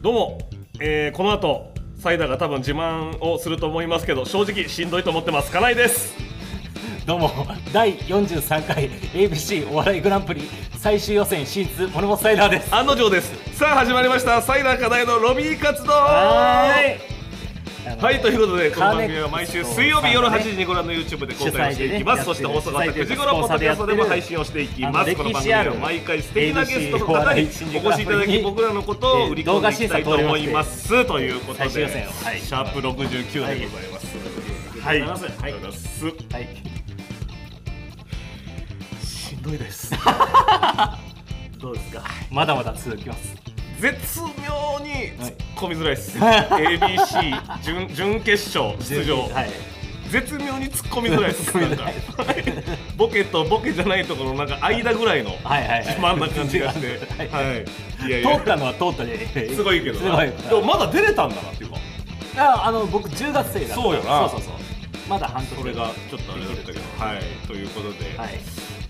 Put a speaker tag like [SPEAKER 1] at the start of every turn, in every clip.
[SPEAKER 1] どうも、えーこの後サイダーが多分自慢をすると思いますけど正直しんどいと思ってます金井です
[SPEAKER 2] どうも 第43回 ABC お笑いグランプリ最終予選進出モノモスタイラーです
[SPEAKER 1] 案の定ですさあ始まりましたサイダー金井のロビー活動
[SPEAKER 2] あの
[SPEAKER 1] はいということでこの
[SPEAKER 2] カー
[SPEAKER 1] 番
[SPEAKER 2] ネ
[SPEAKER 1] 組は毎週水曜日夜8時にご覧の YouTube で公開をしていきます、
[SPEAKER 2] 主催
[SPEAKER 1] そし
[SPEAKER 2] でね
[SPEAKER 1] て放送があった
[SPEAKER 2] やって
[SPEAKER 1] 9
[SPEAKER 2] る
[SPEAKER 1] 時頃ポッドキャストでも配信をしていきま
[SPEAKER 2] あ
[SPEAKER 1] す
[SPEAKER 2] の
[SPEAKER 1] この
[SPEAKER 2] 歴
[SPEAKER 1] 番組
[SPEAKER 2] 史ある
[SPEAKER 1] は毎回素敵なゲストの方に
[SPEAKER 2] ABC
[SPEAKER 1] お越しいただき僕らのことを売り込んでいきたいと思いますということ
[SPEAKER 2] 最
[SPEAKER 1] で
[SPEAKER 2] 終予選をはい
[SPEAKER 1] シャープ69でございますは
[SPEAKER 2] はいい
[SPEAKER 1] ありがとうございます
[SPEAKER 2] はい
[SPEAKER 1] しんどいですどうですか
[SPEAKER 2] まだまだ続きます
[SPEAKER 1] 絶妙に突っ込みづらいです、ABC 準準決勝出場、
[SPEAKER 2] はい
[SPEAKER 1] 絶妙に突っ込みづらいです
[SPEAKER 2] 突っ込みづらい
[SPEAKER 1] なんかボケとボケじゃないところのなんか間ぐらいの
[SPEAKER 2] はいはいはい
[SPEAKER 1] 不満な感じがして、
[SPEAKER 2] はい
[SPEAKER 1] はい、いやいや
[SPEAKER 2] 通ったのは通ったです
[SPEAKER 1] ごいけど
[SPEAKER 2] す
[SPEAKER 1] な
[SPEAKER 2] ごい
[SPEAKER 1] でもまだ出れたんだなっていうか
[SPEAKER 2] ああの僕10月生だから
[SPEAKER 1] そうよな
[SPEAKER 2] そうそうそうまだ半年
[SPEAKER 1] それがちょっとあれだったけどはいということで、、
[SPEAKER 2] はい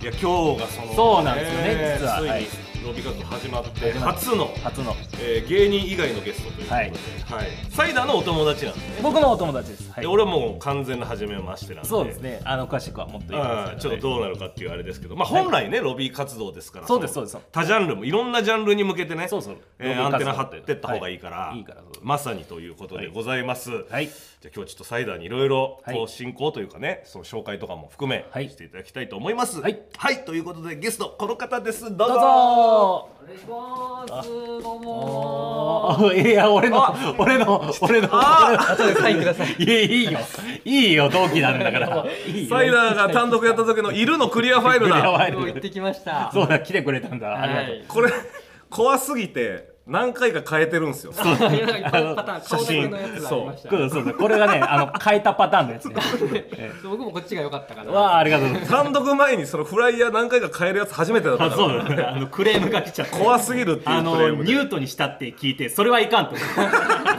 [SPEAKER 2] い
[SPEAKER 1] や今日がその
[SPEAKER 2] そうなんですよね
[SPEAKER 1] えー
[SPEAKER 2] 実は
[SPEAKER 1] つい
[SPEAKER 2] はい
[SPEAKER 1] にロビ活動始まって
[SPEAKER 2] 始まって
[SPEAKER 1] 初の、
[SPEAKER 2] 初の
[SPEAKER 1] えー芸人以外のゲストということで、は
[SPEAKER 2] はいい
[SPEAKER 1] サイダーのお友達なんで,、
[SPEAKER 2] 僕のお友達ですはい
[SPEAKER 1] で俺はもう完全な初めましてなんで
[SPEAKER 2] そうですねあの詳しくはもっと言い
[SPEAKER 1] あ
[SPEAKER 2] ま
[SPEAKER 1] あ
[SPEAKER 2] す
[SPEAKER 1] ちょ
[SPEAKER 2] け
[SPEAKER 1] っと
[SPEAKER 2] ど
[SPEAKER 1] どうなるかっていうあれですけど、まあ、本来ね、ロビー活動ですから
[SPEAKER 2] そうですそうです
[SPEAKER 1] の多ジャンルもいろんなジャンルに向けてね
[SPEAKER 2] そうそう
[SPEAKER 1] えー
[SPEAKER 2] ロ
[SPEAKER 1] ア
[SPEAKER 2] ビー活動
[SPEAKER 1] ンテナ張ってった方がいいから,、
[SPEAKER 2] はいいいからそう
[SPEAKER 1] まさにということでございます、
[SPEAKER 2] はい
[SPEAKER 1] じゃあ今日ちょっとサイダーにいろいろ
[SPEAKER 2] はい
[SPEAKER 1] こう進行というかね、その紹介とかも含め
[SPEAKER 2] はい
[SPEAKER 1] していただきたいと思います
[SPEAKER 2] はい、
[SPEAKER 1] ということでゲストこの方ですどう
[SPEAKER 2] ど
[SPEAKER 1] ぞ
[SPEAKER 2] うぞ
[SPEAKER 3] お願いします。どうも
[SPEAKER 2] あいや俺の俺の俺の
[SPEAKER 3] ー。後でサインください。
[SPEAKER 2] いやいいよいいよ同期なんだ からいいよ
[SPEAKER 1] サイダーが単独やった時の「いる」のクリアファイル
[SPEAKER 2] クリアフ
[SPEAKER 1] だ
[SPEAKER 2] ァイ
[SPEAKER 3] 今日行ってきました。
[SPEAKER 2] そうだ来てくれたんだありがとう
[SPEAKER 1] これ怖すぎて何回か変えてるんですよ
[SPEAKER 3] はい。いろいろいっぱいパターン、
[SPEAKER 1] 写
[SPEAKER 3] 顔だ
[SPEAKER 1] 真
[SPEAKER 3] けのやつがありました。
[SPEAKER 2] そうそうそうこれ がねあの変えたパターンのやつねえ
[SPEAKER 3] そう僕もこっちが良かったか
[SPEAKER 2] え
[SPEAKER 3] ら。
[SPEAKER 2] わあありがとうございます
[SPEAKER 1] 単独前にそのフライヤー何回か変えるやつ初めてだった
[SPEAKER 4] あ
[SPEAKER 1] か
[SPEAKER 4] そ
[SPEAKER 1] ら
[SPEAKER 4] うだねあのクレームが来ちゃって
[SPEAKER 1] 怖すぎるってい
[SPEAKER 4] あ
[SPEAKER 1] うクレ
[SPEAKER 4] の
[SPEAKER 1] ーム
[SPEAKER 4] ニ
[SPEAKER 1] で
[SPEAKER 4] ュートにしたって聞いてそれはいかんと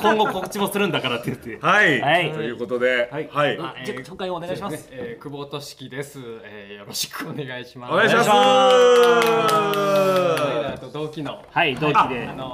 [SPEAKER 4] 今後告知もするんだからって言って
[SPEAKER 1] はい、
[SPEAKER 2] はい
[SPEAKER 1] ということで、はい
[SPEAKER 3] あ
[SPEAKER 2] じゃあ紹介をお願いしま
[SPEAKER 3] ね
[SPEAKER 2] す
[SPEAKER 3] えー久保俊樹です。えーよろしくお願いします。
[SPEAKER 1] お願いします
[SPEAKER 3] サイダーと同期の
[SPEAKER 4] はい同期で
[SPEAKER 3] あのー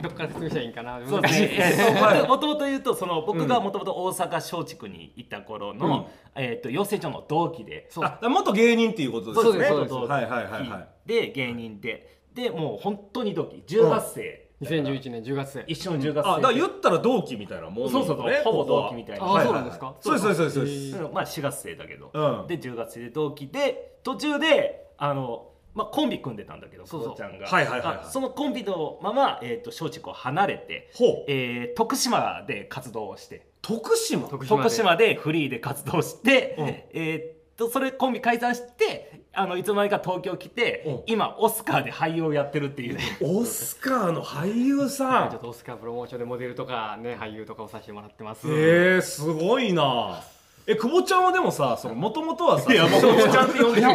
[SPEAKER 3] どっから説明したらいいんかな。
[SPEAKER 4] そうで
[SPEAKER 3] 難
[SPEAKER 4] す
[SPEAKER 3] しい
[SPEAKER 4] ね えっともともと言うとその僕がもともと大阪松竹に行った頃の、えっと養成所の同期で
[SPEAKER 1] あだから元芸人っていうことですね
[SPEAKER 3] そうですそうです
[SPEAKER 4] 同期
[SPEAKER 1] はいはいはいはい
[SPEAKER 4] で芸人ででもう本当に同期18世、
[SPEAKER 3] 2011年10月生。
[SPEAKER 4] 一緒の18世
[SPEAKER 1] あだから言ったら同期みたいなもん
[SPEAKER 4] そうそうそう、
[SPEAKER 1] ね
[SPEAKER 4] ほぼ同期みたいな
[SPEAKER 3] あ、そうなんですか。
[SPEAKER 1] そうですそうですそうです
[SPEAKER 3] へー
[SPEAKER 4] うんまあ4月生だけど、
[SPEAKER 1] うん
[SPEAKER 4] で10月生で同期で途中であの、まあ、コンビ組んでたんだけど
[SPEAKER 3] そ
[SPEAKER 4] そう
[SPEAKER 3] そう
[SPEAKER 4] ちゃんが、
[SPEAKER 1] はいはいはいはい
[SPEAKER 4] あそのコンビのまま、えー、と松竹を離れて、
[SPEAKER 1] ほう
[SPEAKER 4] えー徳島で活動をして
[SPEAKER 1] 徳島
[SPEAKER 3] 徳島で
[SPEAKER 4] 徳島でフリーで活動して、
[SPEAKER 1] うん
[SPEAKER 4] えーっとそれコンビ解散してあのいつの間にか東京来て、
[SPEAKER 1] うん
[SPEAKER 4] 今オスカーで俳優をやってるっていう
[SPEAKER 1] オスカーの俳優さ
[SPEAKER 3] ちょっ
[SPEAKER 1] ん
[SPEAKER 3] とオスカープロモーションでモデルとかね俳優とかをさせてもらってます。
[SPEAKER 1] えー、すごいなえ久保ちゃんはでもさその元々はさ
[SPEAKER 4] いやもう
[SPEAKER 1] 久保ちゃんって呼んでる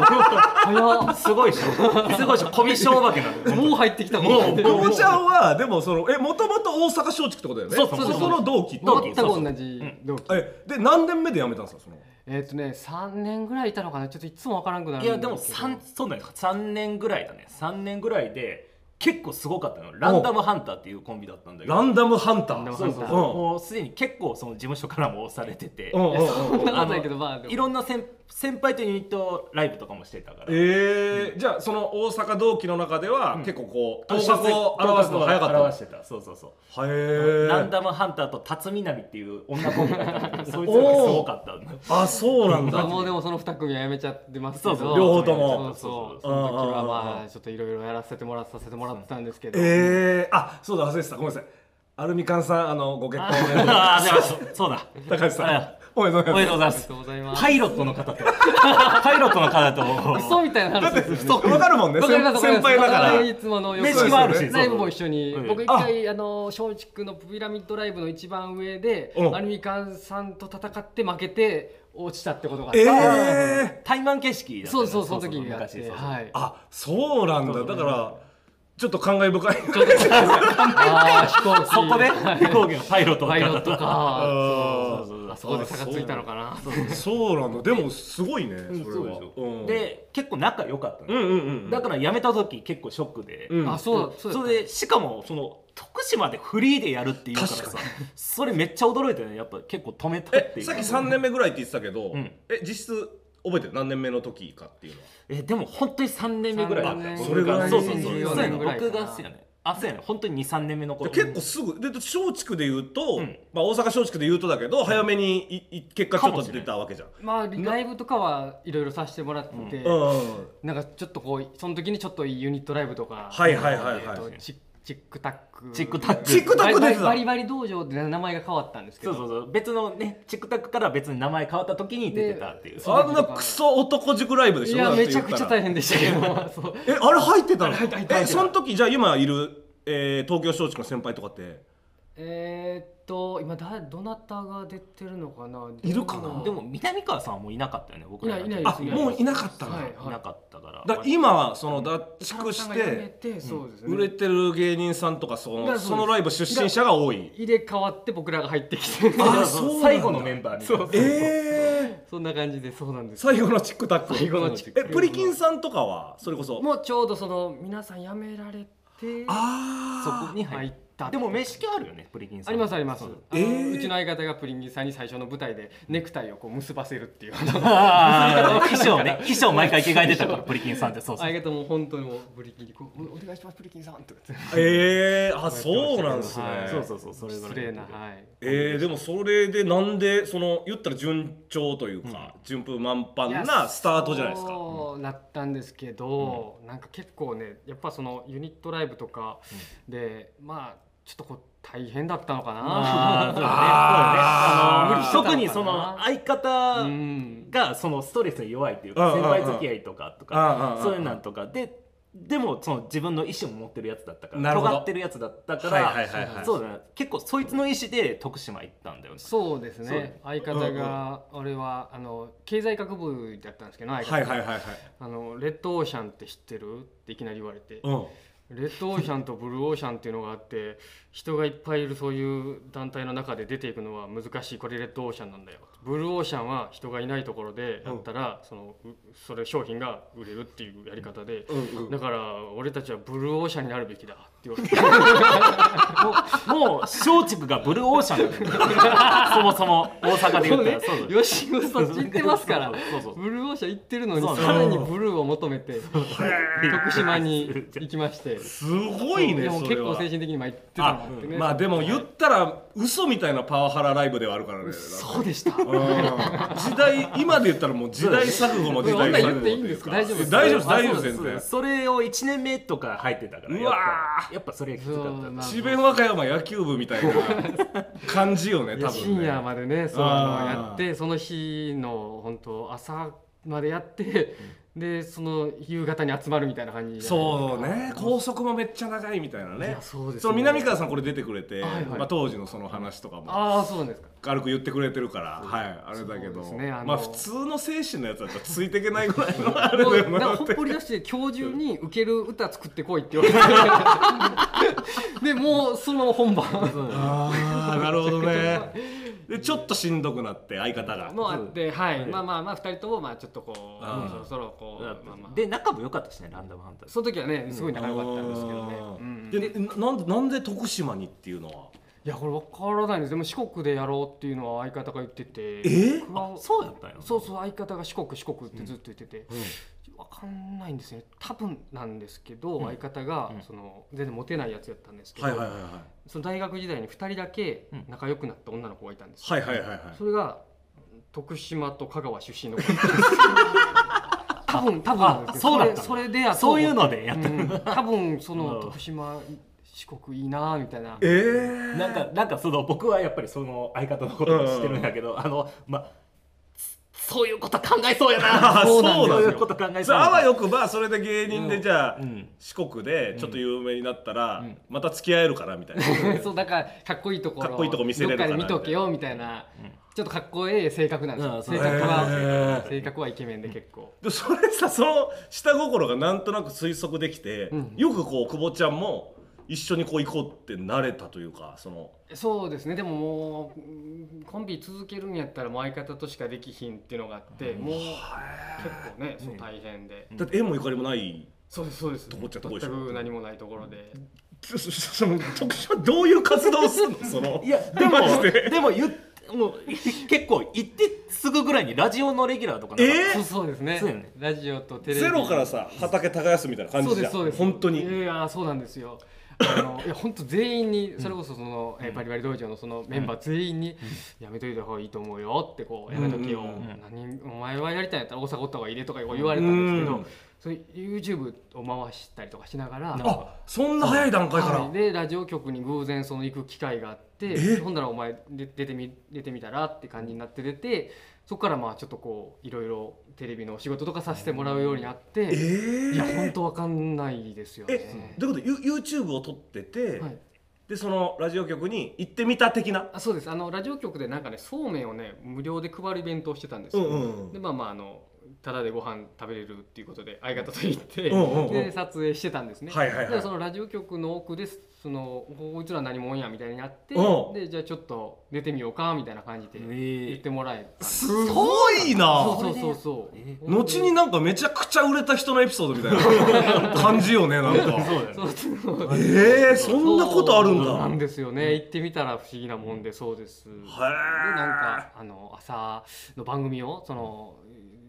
[SPEAKER 3] 早っ
[SPEAKER 4] すごいでしょすごいでしょこびしょお化けなの
[SPEAKER 3] もう入ってき た
[SPEAKER 4] もう
[SPEAKER 1] 久保ちゃんはでもそのえ元々大阪松竹ってことだよね
[SPEAKER 4] そうそう
[SPEAKER 3] そうそう
[SPEAKER 1] その同期ってこと
[SPEAKER 4] 同期
[SPEAKER 3] 全く同じ同期
[SPEAKER 1] えで何年目で辞めたんですかその
[SPEAKER 3] えっ、とね3年ぐらいいたのかなちょっといつもわからんくなる
[SPEAKER 4] い
[SPEAKER 3] んだ
[SPEAKER 4] や
[SPEAKER 3] け
[SPEAKER 4] で
[SPEAKER 3] ど
[SPEAKER 4] も三そうなんです三年ぐらいだね3年ぐらいで結構すごかったのランダムハンターっていうコンビだったんだけど
[SPEAKER 1] ランダムハンタ
[SPEAKER 3] ランダ
[SPEAKER 1] ー
[SPEAKER 3] ム
[SPEAKER 4] そうそう
[SPEAKER 3] ハンター
[SPEAKER 1] うん
[SPEAKER 4] もうすでに結構その事務所からも押されてて
[SPEAKER 1] うんうんうん
[SPEAKER 3] そんなことないけど
[SPEAKER 4] あの
[SPEAKER 3] まあでも
[SPEAKER 4] いろんな先先輩とユニットライブとかもしてたから
[SPEAKER 1] えー、じゃあその大阪同期の中では
[SPEAKER 4] ん
[SPEAKER 1] 結構こう頭角を
[SPEAKER 4] 頭
[SPEAKER 1] 表すの
[SPEAKER 4] 角を
[SPEAKER 1] が早かった
[SPEAKER 4] 表してたそうそうそう
[SPEAKER 1] へ
[SPEAKER 4] ラン
[SPEAKER 1] ー
[SPEAKER 4] ダムハンターと辰南っていう女コンビがいたんだけどそいつらがすごかったんだ
[SPEAKER 1] あそうなん
[SPEAKER 3] まあ
[SPEAKER 1] だ
[SPEAKER 3] もうでもその2組はやめちゃってますけど
[SPEAKER 4] そうそう
[SPEAKER 1] 両方とも
[SPEAKER 3] そうそうそ
[SPEAKER 1] うん
[SPEAKER 3] の時は
[SPEAKER 1] うんうん
[SPEAKER 3] ま
[SPEAKER 1] うん
[SPEAKER 3] あちょっといろいろやらせてもらさせてもらってたんですけど、
[SPEAKER 1] えー、あそうだ忘れてたごめんなさいアルミカンさんあのご結婚おめでと う
[SPEAKER 4] ああそうだ
[SPEAKER 1] 高橋さん
[SPEAKER 4] あ
[SPEAKER 1] おめでと
[SPEAKER 4] お
[SPEAKER 1] うござ
[SPEAKER 4] めで
[SPEAKER 1] い
[SPEAKER 4] とうございま
[SPEAKER 3] ありが
[SPEAKER 4] す
[SPEAKER 3] とうございます
[SPEAKER 4] パイロットの方とパイロットの方と
[SPEAKER 3] 嘘みたいな話です
[SPEAKER 1] ますわかるもんね
[SPEAKER 3] わかります
[SPEAKER 1] 先輩だから
[SPEAKER 3] いつもの
[SPEAKER 4] 面識もあるし
[SPEAKER 3] ライブも一緒に、
[SPEAKER 4] うん
[SPEAKER 3] 僕一回あの松竹のピラミッドライブの一番上で、
[SPEAKER 1] うん
[SPEAKER 3] アルミカンさんと戦って負けて落ちたってことがあって、
[SPEAKER 1] えー、
[SPEAKER 4] 対マン形式だった
[SPEAKER 3] そ
[SPEAKER 4] よ
[SPEAKER 3] う
[SPEAKER 4] ね
[SPEAKER 3] そうその時にやっ
[SPEAKER 4] 昔
[SPEAKER 3] て
[SPEAKER 4] そうそう
[SPEAKER 3] はい
[SPEAKER 1] あそうなんだだからちょっと感慨深い
[SPEAKER 3] ああ飛行機
[SPEAKER 4] そこで飛行機のパイロットの
[SPEAKER 3] パイロッ
[SPEAKER 4] 方
[SPEAKER 3] ト
[SPEAKER 4] と
[SPEAKER 3] か
[SPEAKER 4] そうそうそう
[SPEAKER 3] あそこで差がついたのかな
[SPEAKER 1] そうなんだでもすごいねそれ
[SPEAKER 3] んそうで
[SPEAKER 1] は
[SPEAKER 3] すよ
[SPEAKER 1] うん
[SPEAKER 4] で結構仲良かったの、
[SPEAKER 1] うんうんうん
[SPEAKER 4] だから辞めた時結構ショックで、
[SPEAKER 1] うん
[SPEAKER 3] あそうだそうだ
[SPEAKER 4] それでしかもその徳島でフリーでやるっていうからさ
[SPEAKER 1] 確
[SPEAKER 4] それめっちゃ驚いてねやっぱ結構止めたって
[SPEAKER 1] え
[SPEAKER 4] いう
[SPEAKER 1] さっき3年目ぐらいって言ってたけど、
[SPEAKER 4] うん
[SPEAKER 1] え実質覚えてる何年目の時かっていうのは
[SPEAKER 4] えでも本当に3年目ぐらいだった
[SPEAKER 3] 三
[SPEAKER 1] 年それぐらい
[SPEAKER 4] そうそうそ
[SPEAKER 1] 24
[SPEAKER 4] うそうや
[SPEAKER 3] 年
[SPEAKER 4] ね
[SPEAKER 3] ぐらいか
[SPEAKER 4] 僕
[SPEAKER 3] な
[SPEAKER 4] がそうやねあそうやね本当に23年目の
[SPEAKER 1] じゃ
[SPEAKER 4] 頃
[SPEAKER 1] あ結構すぐで松竹で言うと、
[SPEAKER 4] うん
[SPEAKER 1] まあ、大阪松竹で言うとだけど、早めにいい結果ちょっと出たわけじゃん
[SPEAKER 3] まあライブとかはいろいろさせてもらってて、
[SPEAKER 1] うん
[SPEAKER 3] なんかちょっとこうその時にちょっといいユニットライブとか
[SPEAKER 1] はいはいはいはい
[SPEAKER 3] えーとチチックタック
[SPEAKER 4] チックタック
[SPEAKER 1] チックタック出てたの
[SPEAKER 3] バリバリバリ道場で名前が変わったんですけ
[SPEAKER 4] そ
[SPEAKER 3] ど
[SPEAKER 4] うそうそう別のねチクタクから別に名前変わった時に出てたっていう
[SPEAKER 3] で
[SPEAKER 4] そう
[SPEAKER 1] あんなクソ男塾ライブでしょ
[SPEAKER 3] いや
[SPEAKER 1] だって
[SPEAKER 3] め
[SPEAKER 1] 言っ
[SPEAKER 3] ち
[SPEAKER 1] たら
[SPEAKER 3] ゃくちゃ大変でしたけど そう
[SPEAKER 1] えあれ入ってたの
[SPEAKER 3] 入ってた入ってた
[SPEAKER 1] えその時じゃあ今いる、えー東京松竹の先輩とかって
[SPEAKER 3] えーっと今だどなたが出てるのかない
[SPEAKER 1] いるかな
[SPEAKER 4] でも南川さんはもういなかったよね僕ら
[SPEAKER 3] いないいない
[SPEAKER 4] の
[SPEAKER 1] あ
[SPEAKER 4] 時
[SPEAKER 3] です
[SPEAKER 1] もういなかったんだ,、
[SPEAKER 3] はい
[SPEAKER 4] いなかったから
[SPEAKER 1] だ 今はその脱
[SPEAKER 3] さん
[SPEAKER 1] 竹
[SPEAKER 3] さ
[SPEAKER 1] し
[SPEAKER 3] んが辞め
[SPEAKER 1] て
[SPEAKER 3] てそうですね、
[SPEAKER 1] 売れてる芸人さんとかそ
[SPEAKER 3] だか
[SPEAKER 1] の
[SPEAKER 3] らそうです
[SPEAKER 1] そのライブ出身者が多い
[SPEAKER 3] 入れ替わって僕らが入ってきて
[SPEAKER 1] あそうなんだ
[SPEAKER 4] 最後のメンバーみたいな
[SPEAKER 1] えー、
[SPEAKER 3] そんな感じでそうなんです
[SPEAKER 1] 最後のチックタック
[SPEAKER 3] 最後のチックタック
[SPEAKER 1] えプリキンさんとかはそれこそ
[SPEAKER 3] もうちょうどその皆さん辞められて
[SPEAKER 4] そ
[SPEAKER 1] あ
[SPEAKER 4] こに入
[SPEAKER 3] 入
[SPEAKER 4] っ
[SPEAKER 3] った
[SPEAKER 4] たでも面識あるよねプリキンさ
[SPEAKER 3] あ
[SPEAKER 4] ん
[SPEAKER 3] りますあります
[SPEAKER 4] そう
[SPEAKER 3] あの
[SPEAKER 1] えー
[SPEAKER 3] うちの相方がプリンギンさんに最初の舞台でネクタイをこう結ばせる っていう
[SPEAKER 4] あー秘書をね秘書を毎回着替えてたからプリキンさんってそうそう
[SPEAKER 3] 相方も本当にもうブリキンにこう「おお願いしますプリキンさん」とか言って
[SPEAKER 1] えー、あそうなんですね、
[SPEAKER 3] はい
[SPEAKER 4] そうそうそうそれぐら
[SPEAKER 3] 失
[SPEAKER 4] い
[SPEAKER 3] 礼なはい
[SPEAKER 1] えー、でもそれでなんでその言ったら順調というか、順風満帆なスタートじゃないですか
[SPEAKER 3] そうなったんですけど、なんか結構ねやっぱそのユニットライブとかで、まあちょっとこう大変だったのか
[SPEAKER 4] あーそ
[SPEAKER 1] あー
[SPEAKER 4] うだねそうだねあの
[SPEAKER 3] な。
[SPEAKER 4] 特にその相
[SPEAKER 3] う
[SPEAKER 4] 方
[SPEAKER 3] ん
[SPEAKER 4] がそのストレスに弱いっていう
[SPEAKER 1] うん
[SPEAKER 4] か
[SPEAKER 1] うんう
[SPEAKER 4] 先
[SPEAKER 1] ん
[SPEAKER 4] 輩付き合いとかと
[SPEAKER 1] うんうんうん
[SPEAKER 4] か
[SPEAKER 1] うん
[SPEAKER 4] そういうなんとかででもその自分の意思を持ってるやつだったか
[SPEAKER 1] な
[SPEAKER 4] ら
[SPEAKER 1] るほど
[SPEAKER 4] 尖ってるやつだったか
[SPEAKER 1] はいはいはいは
[SPEAKER 4] ら
[SPEAKER 1] い
[SPEAKER 4] そうだね結構そいつの意思で徳島行ったんだよね
[SPEAKER 3] そうです
[SPEAKER 4] そう
[SPEAKER 3] ね相方が俺はあの経済学部だったんですけど相方が
[SPEAKER 1] はいはいはいはい、
[SPEAKER 3] あの「レッドオーシャンって知ってる?」っていきなり言われて
[SPEAKER 1] うん、
[SPEAKER 3] レッドオーシャンとブルーオーシャンっていうのがあって 人がいっぱいいるそういう団体の中で出ていくのは難しいこれレッドオーシャンなんだよブルーオーシャンは人がいないところでやったら、そのうそれ商品が売れるっていうやり方で、
[SPEAKER 1] うんうん
[SPEAKER 3] だから俺たちはブルーオーシャンになるべきだって言われて
[SPEAKER 4] もう松竹がブルーオーシャ ンだよねそもそも大阪で言ったら そう だね
[SPEAKER 3] 吉野さん行ってますから
[SPEAKER 4] そうそうそう
[SPEAKER 3] ブルーオーシャン行ってるのに
[SPEAKER 4] そう
[SPEAKER 3] さらにブルーを求めて徳 島に行きましてす
[SPEAKER 1] すごいね
[SPEAKER 3] でも
[SPEAKER 1] それ
[SPEAKER 3] 結構
[SPEAKER 1] は
[SPEAKER 3] 精神的に参ってた
[SPEAKER 1] あ
[SPEAKER 3] なってね
[SPEAKER 1] まあでも言ったら嘘みたいなパワハラライブではある からね
[SPEAKER 3] そうでした
[SPEAKER 1] うん時代今で言ったらもう時代錯誤の時代錯誤
[SPEAKER 3] そんなん言っていいんですか大丈夫です
[SPEAKER 1] 大丈夫です
[SPEAKER 4] あ
[SPEAKER 1] 大丈夫
[SPEAKER 4] そう
[SPEAKER 1] です
[SPEAKER 4] そ
[SPEAKER 1] 全
[SPEAKER 4] う
[SPEAKER 1] 然
[SPEAKER 4] それを1年目とか入ってたから
[SPEAKER 1] うわ
[SPEAKER 4] やっぱやっぱそれがきつかったな
[SPEAKER 1] 智弁和歌山野球部みたいな感じよ ね多分
[SPEAKER 3] 深夜
[SPEAKER 1] ね
[SPEAKER 3] までねそういう
[SPEAKER 1] あ
[SPEAKER 3] の
[SPEAKER 1] ー
[SPEAKER 3] やってその日の本当朝までやってでその夕方に集まるみたいな感じじゃないですか
[SPEAKER 1] そうね高速もめっちゃ長いみたいないね
[SPEAKER 3] やそうです
[SPEAKER 1] その南川さんこれ出てくれて、
[SPEAKER 3] はいはい
[SPEAKER 1] まあ、当時のその話とかも
[SPEAKER 3] ああそうなんです か
[SPEAKER 1] 軽く言ってくれてるから、はい、あれだけ
[SPEAKER 3] そう
[SPEAKER 1] ど、
[SPEAKER 3] ですねあの
[SPEAKER 1] まあ普通の精神のやつだったらついていけないぐらいのあれ
[SPEAKER 3] も
[SPEAKER 1] だよ
[SPEAKER 3] うなん
[SPEAKER 1] な
[SPEAKER 3] か
[SPEAKER 1] っ
[SPEAKER 3] ほってぽり出して今日中に受ける歌作ってこいって言われ てでもうそのまま本番
[SPEAKER 1] ああなるほどね でちょっとしんどくなって相方が
[SPEAKER 3] もあってはい、
[SPEAKER 4] はい
[SPEAKER 3] まあまあまあ二人ともまあちょっとこう
[SPEAKER 1] あー
[SPEAKER 3] そろそろこうまあまあ
[SPEAKER 4] で仲も良かったしねランダムハンター
[SPEAKER 3] その時はねすごい仲良かったんですけどね、うん
[SPEAKER 1] でなんでなんで徳島にっていうのはい
[SPEAKER 3] やこれ分からないんですでも四国でやろうっていうのは相方が言ってて
[SPEAKER 1] え
[SPEAKER 3] 僕は
[SPEAKER 4] そうやったんや
[SPEAKER 3] そうそう相方が四国四国ってずっと言ってて、分かんないんですよね多分なんですけど、相方が、その全然モテないやつやったんですけど、
[SPEAKER 1] はいはいはい
[SPEAKER 3] その大学時代に2人だけ仲良くなった女の子がいたんですよ、
[SPEAKER 1] はいはいはいはいはい
[SPEAKER 3] それが徳島と香川出身の子 多分多分なんですよ
[SPEAKER 4] あそうだったんだ
[SPEAKER 3] それそれでやと
[SPEAKER 4] そう
[SPEAKER 3] 思
[SPEAKER 4] い
[SPEAKER 3] っ
[SPEAKER 4] うのでやっ た、
[SPEAKER 3] うん多分そ
[SPEAKER 4] うん
[SPEAKER 3] の徳島四国いいなみたいな
[SPEAKER 1] えー、
[SPEAKER 4] なんかなんかその僕はやっぱりその相方のことを知ってるんだけど、あのまあそういうこと考えそうや な
[SPEAKER 1] そうなんですよ
[SPEAKER 4] そういうこと考え
[SPEAKER 1] そ
[SPEAKER 4] そう
[SPEAKER 1] れ
[SPEAKER 4] やな
[SPEAKER 1] あわよくばそれで芸人でじゃあ、
[SPEAKER 4] うん
[SPEAKER 1] 四国でちょっと有名になったら、また付き合えるからみたいな
[SPEAKER 3] そうだからかっこいいところ
[SPEAKER 1] かっこいいとこ見せれるか
[SPEAKER 3] ど
[SPEAKER 1] ら
[SPEAKER 3] っかで見とけよみたいな、ちょっとかっこ ええ性格なんですよ、
[SPEAKER 4] うんそう
[SPEAKER 3] 性格
[SPEAKER 1] へ
[SPEAKER 3] は
[SPEAKER 1] え
[SPEAKER 3] 性格はイケメンで結構、
[SPEAKER 1] でそれさその下心がなんとなく推測できて、よくこう久保ちゃんも一緒にこう行こうってなれたというかその
[SPEAKER 3] そうですねでももううんコンビ続けるんやったらもう相方としかできひんっていうのがあって、もう結構ねそう大変で、
[SPEAKER 1] だって縁もゆかりもない
[SPEAKER 3] そうですそうです
[SPEAKER 1] どこっちゃどこでしょ
[SPEAKER 3] 全く何もないところで、
[SPEAKER 1] そそその特殊 はどういう活動をするのその
[SPEAKER 4] いやでも
[SPEAKER 1] マジで
[SPEAKER 4] でも言っもう結構行ってすぐぐらいにラジオのレギュラーとかなんか
[SPEAKER 1] え
[SPEAKER 3] そうそうですね
[SPEAKER 4] そうよね
[SPEAKER 3] ラジオとテレビ
[SPEAKER 1] ゼロからさ畑耕すみたいな感
[SPEAKER 3] そう
[SPEAKER 1] じ
[SPEAKER 3] で
[SPEAKER 1] じゃ
[SPEAKER 3] すそうんです
[SPEAKER 1] 本当に
[SPEAKER 3] いやそうなんですよあのいや本当全員にそれこそその、えーバリバリ道場のそのメンバー全員に、やめといた方がいいと思うよってこうやめときを、
[SPEAKER 1] うんうんうん
[SPEAKER 3] 何お前はやりたいんやったら大阪おった方がいいでとかこう言われたんですけど、
[SPEAKER 1] うん
[SPEAKER 3] そういう YouTube を回したりとかしながら
[SPEAKER 1] あそんな早い段階から、
[SPEAKER 3] はいでラジオ局に偶然その行く機会があって
[SPEAKER 1] え
[SPEAKER 3] ほんならお前で出てみ出てみたらって感じになって出てそこからまあちょっとこういろいろテレビのお仕事とかさせてもらうようになって。
[SPEAKER 1] えー、
[SPEAKER 3] いや本当わかんないですよ
[SPEAKER 1] え
[SPEAKER 3] ね。
[SPEAKER 1] どういうことユ YouTube を撮ってて、
[SPEAKER 3] はい、
[SPEAKER 1] でそのラジオ局に行ってみた的な
[SPEAKER 3] あそうですあのラジオ局でなんかねそうめんをね無料で配るイベントをしてたんです
[SPEAKER 1] う
[SPEAKER 3] よ、
[SPEAKER 1] んうん
[SPEAKER 3] でまあまああのタダでご飯食べれるっていうことで相方と行って、
[SPEAKER 1] うんうんうん
[SPEAKER 3] で撮影してたんですね、
[SPEAKER 1] はいはいはい
[SPEAKER 3] でそのラジオ局の奥ですそのこいつら何もんやみたいになって
[SPEAKER 1] うん
[SPEAKER 3] でじゃあちょっと出てみようかみたいな感じで言ってもらえたんです
[SPEAKER 1] すごいな
[SPEAKER 3] そうそうそうそう
[SPEAKER 1] 後になんかめちゃくちゃ売れた人のエピソードみたいな感じよねなんか
[SPEAKER 4] そうだよね
[SPEAKER 3] そうそう
[SPEAKER 1] えー、そんなことあるん
[SPEAKER 3] そう
[SPEAKER 1] だ
[SPEAKER 3] なんですよね行ってみたら不思議なもんでそうです
[SPEAKER 1] は
[SPEAKER 3] で
[SPEAKER 1] い
[SPEAKER 3] なんかあの朝の番組をその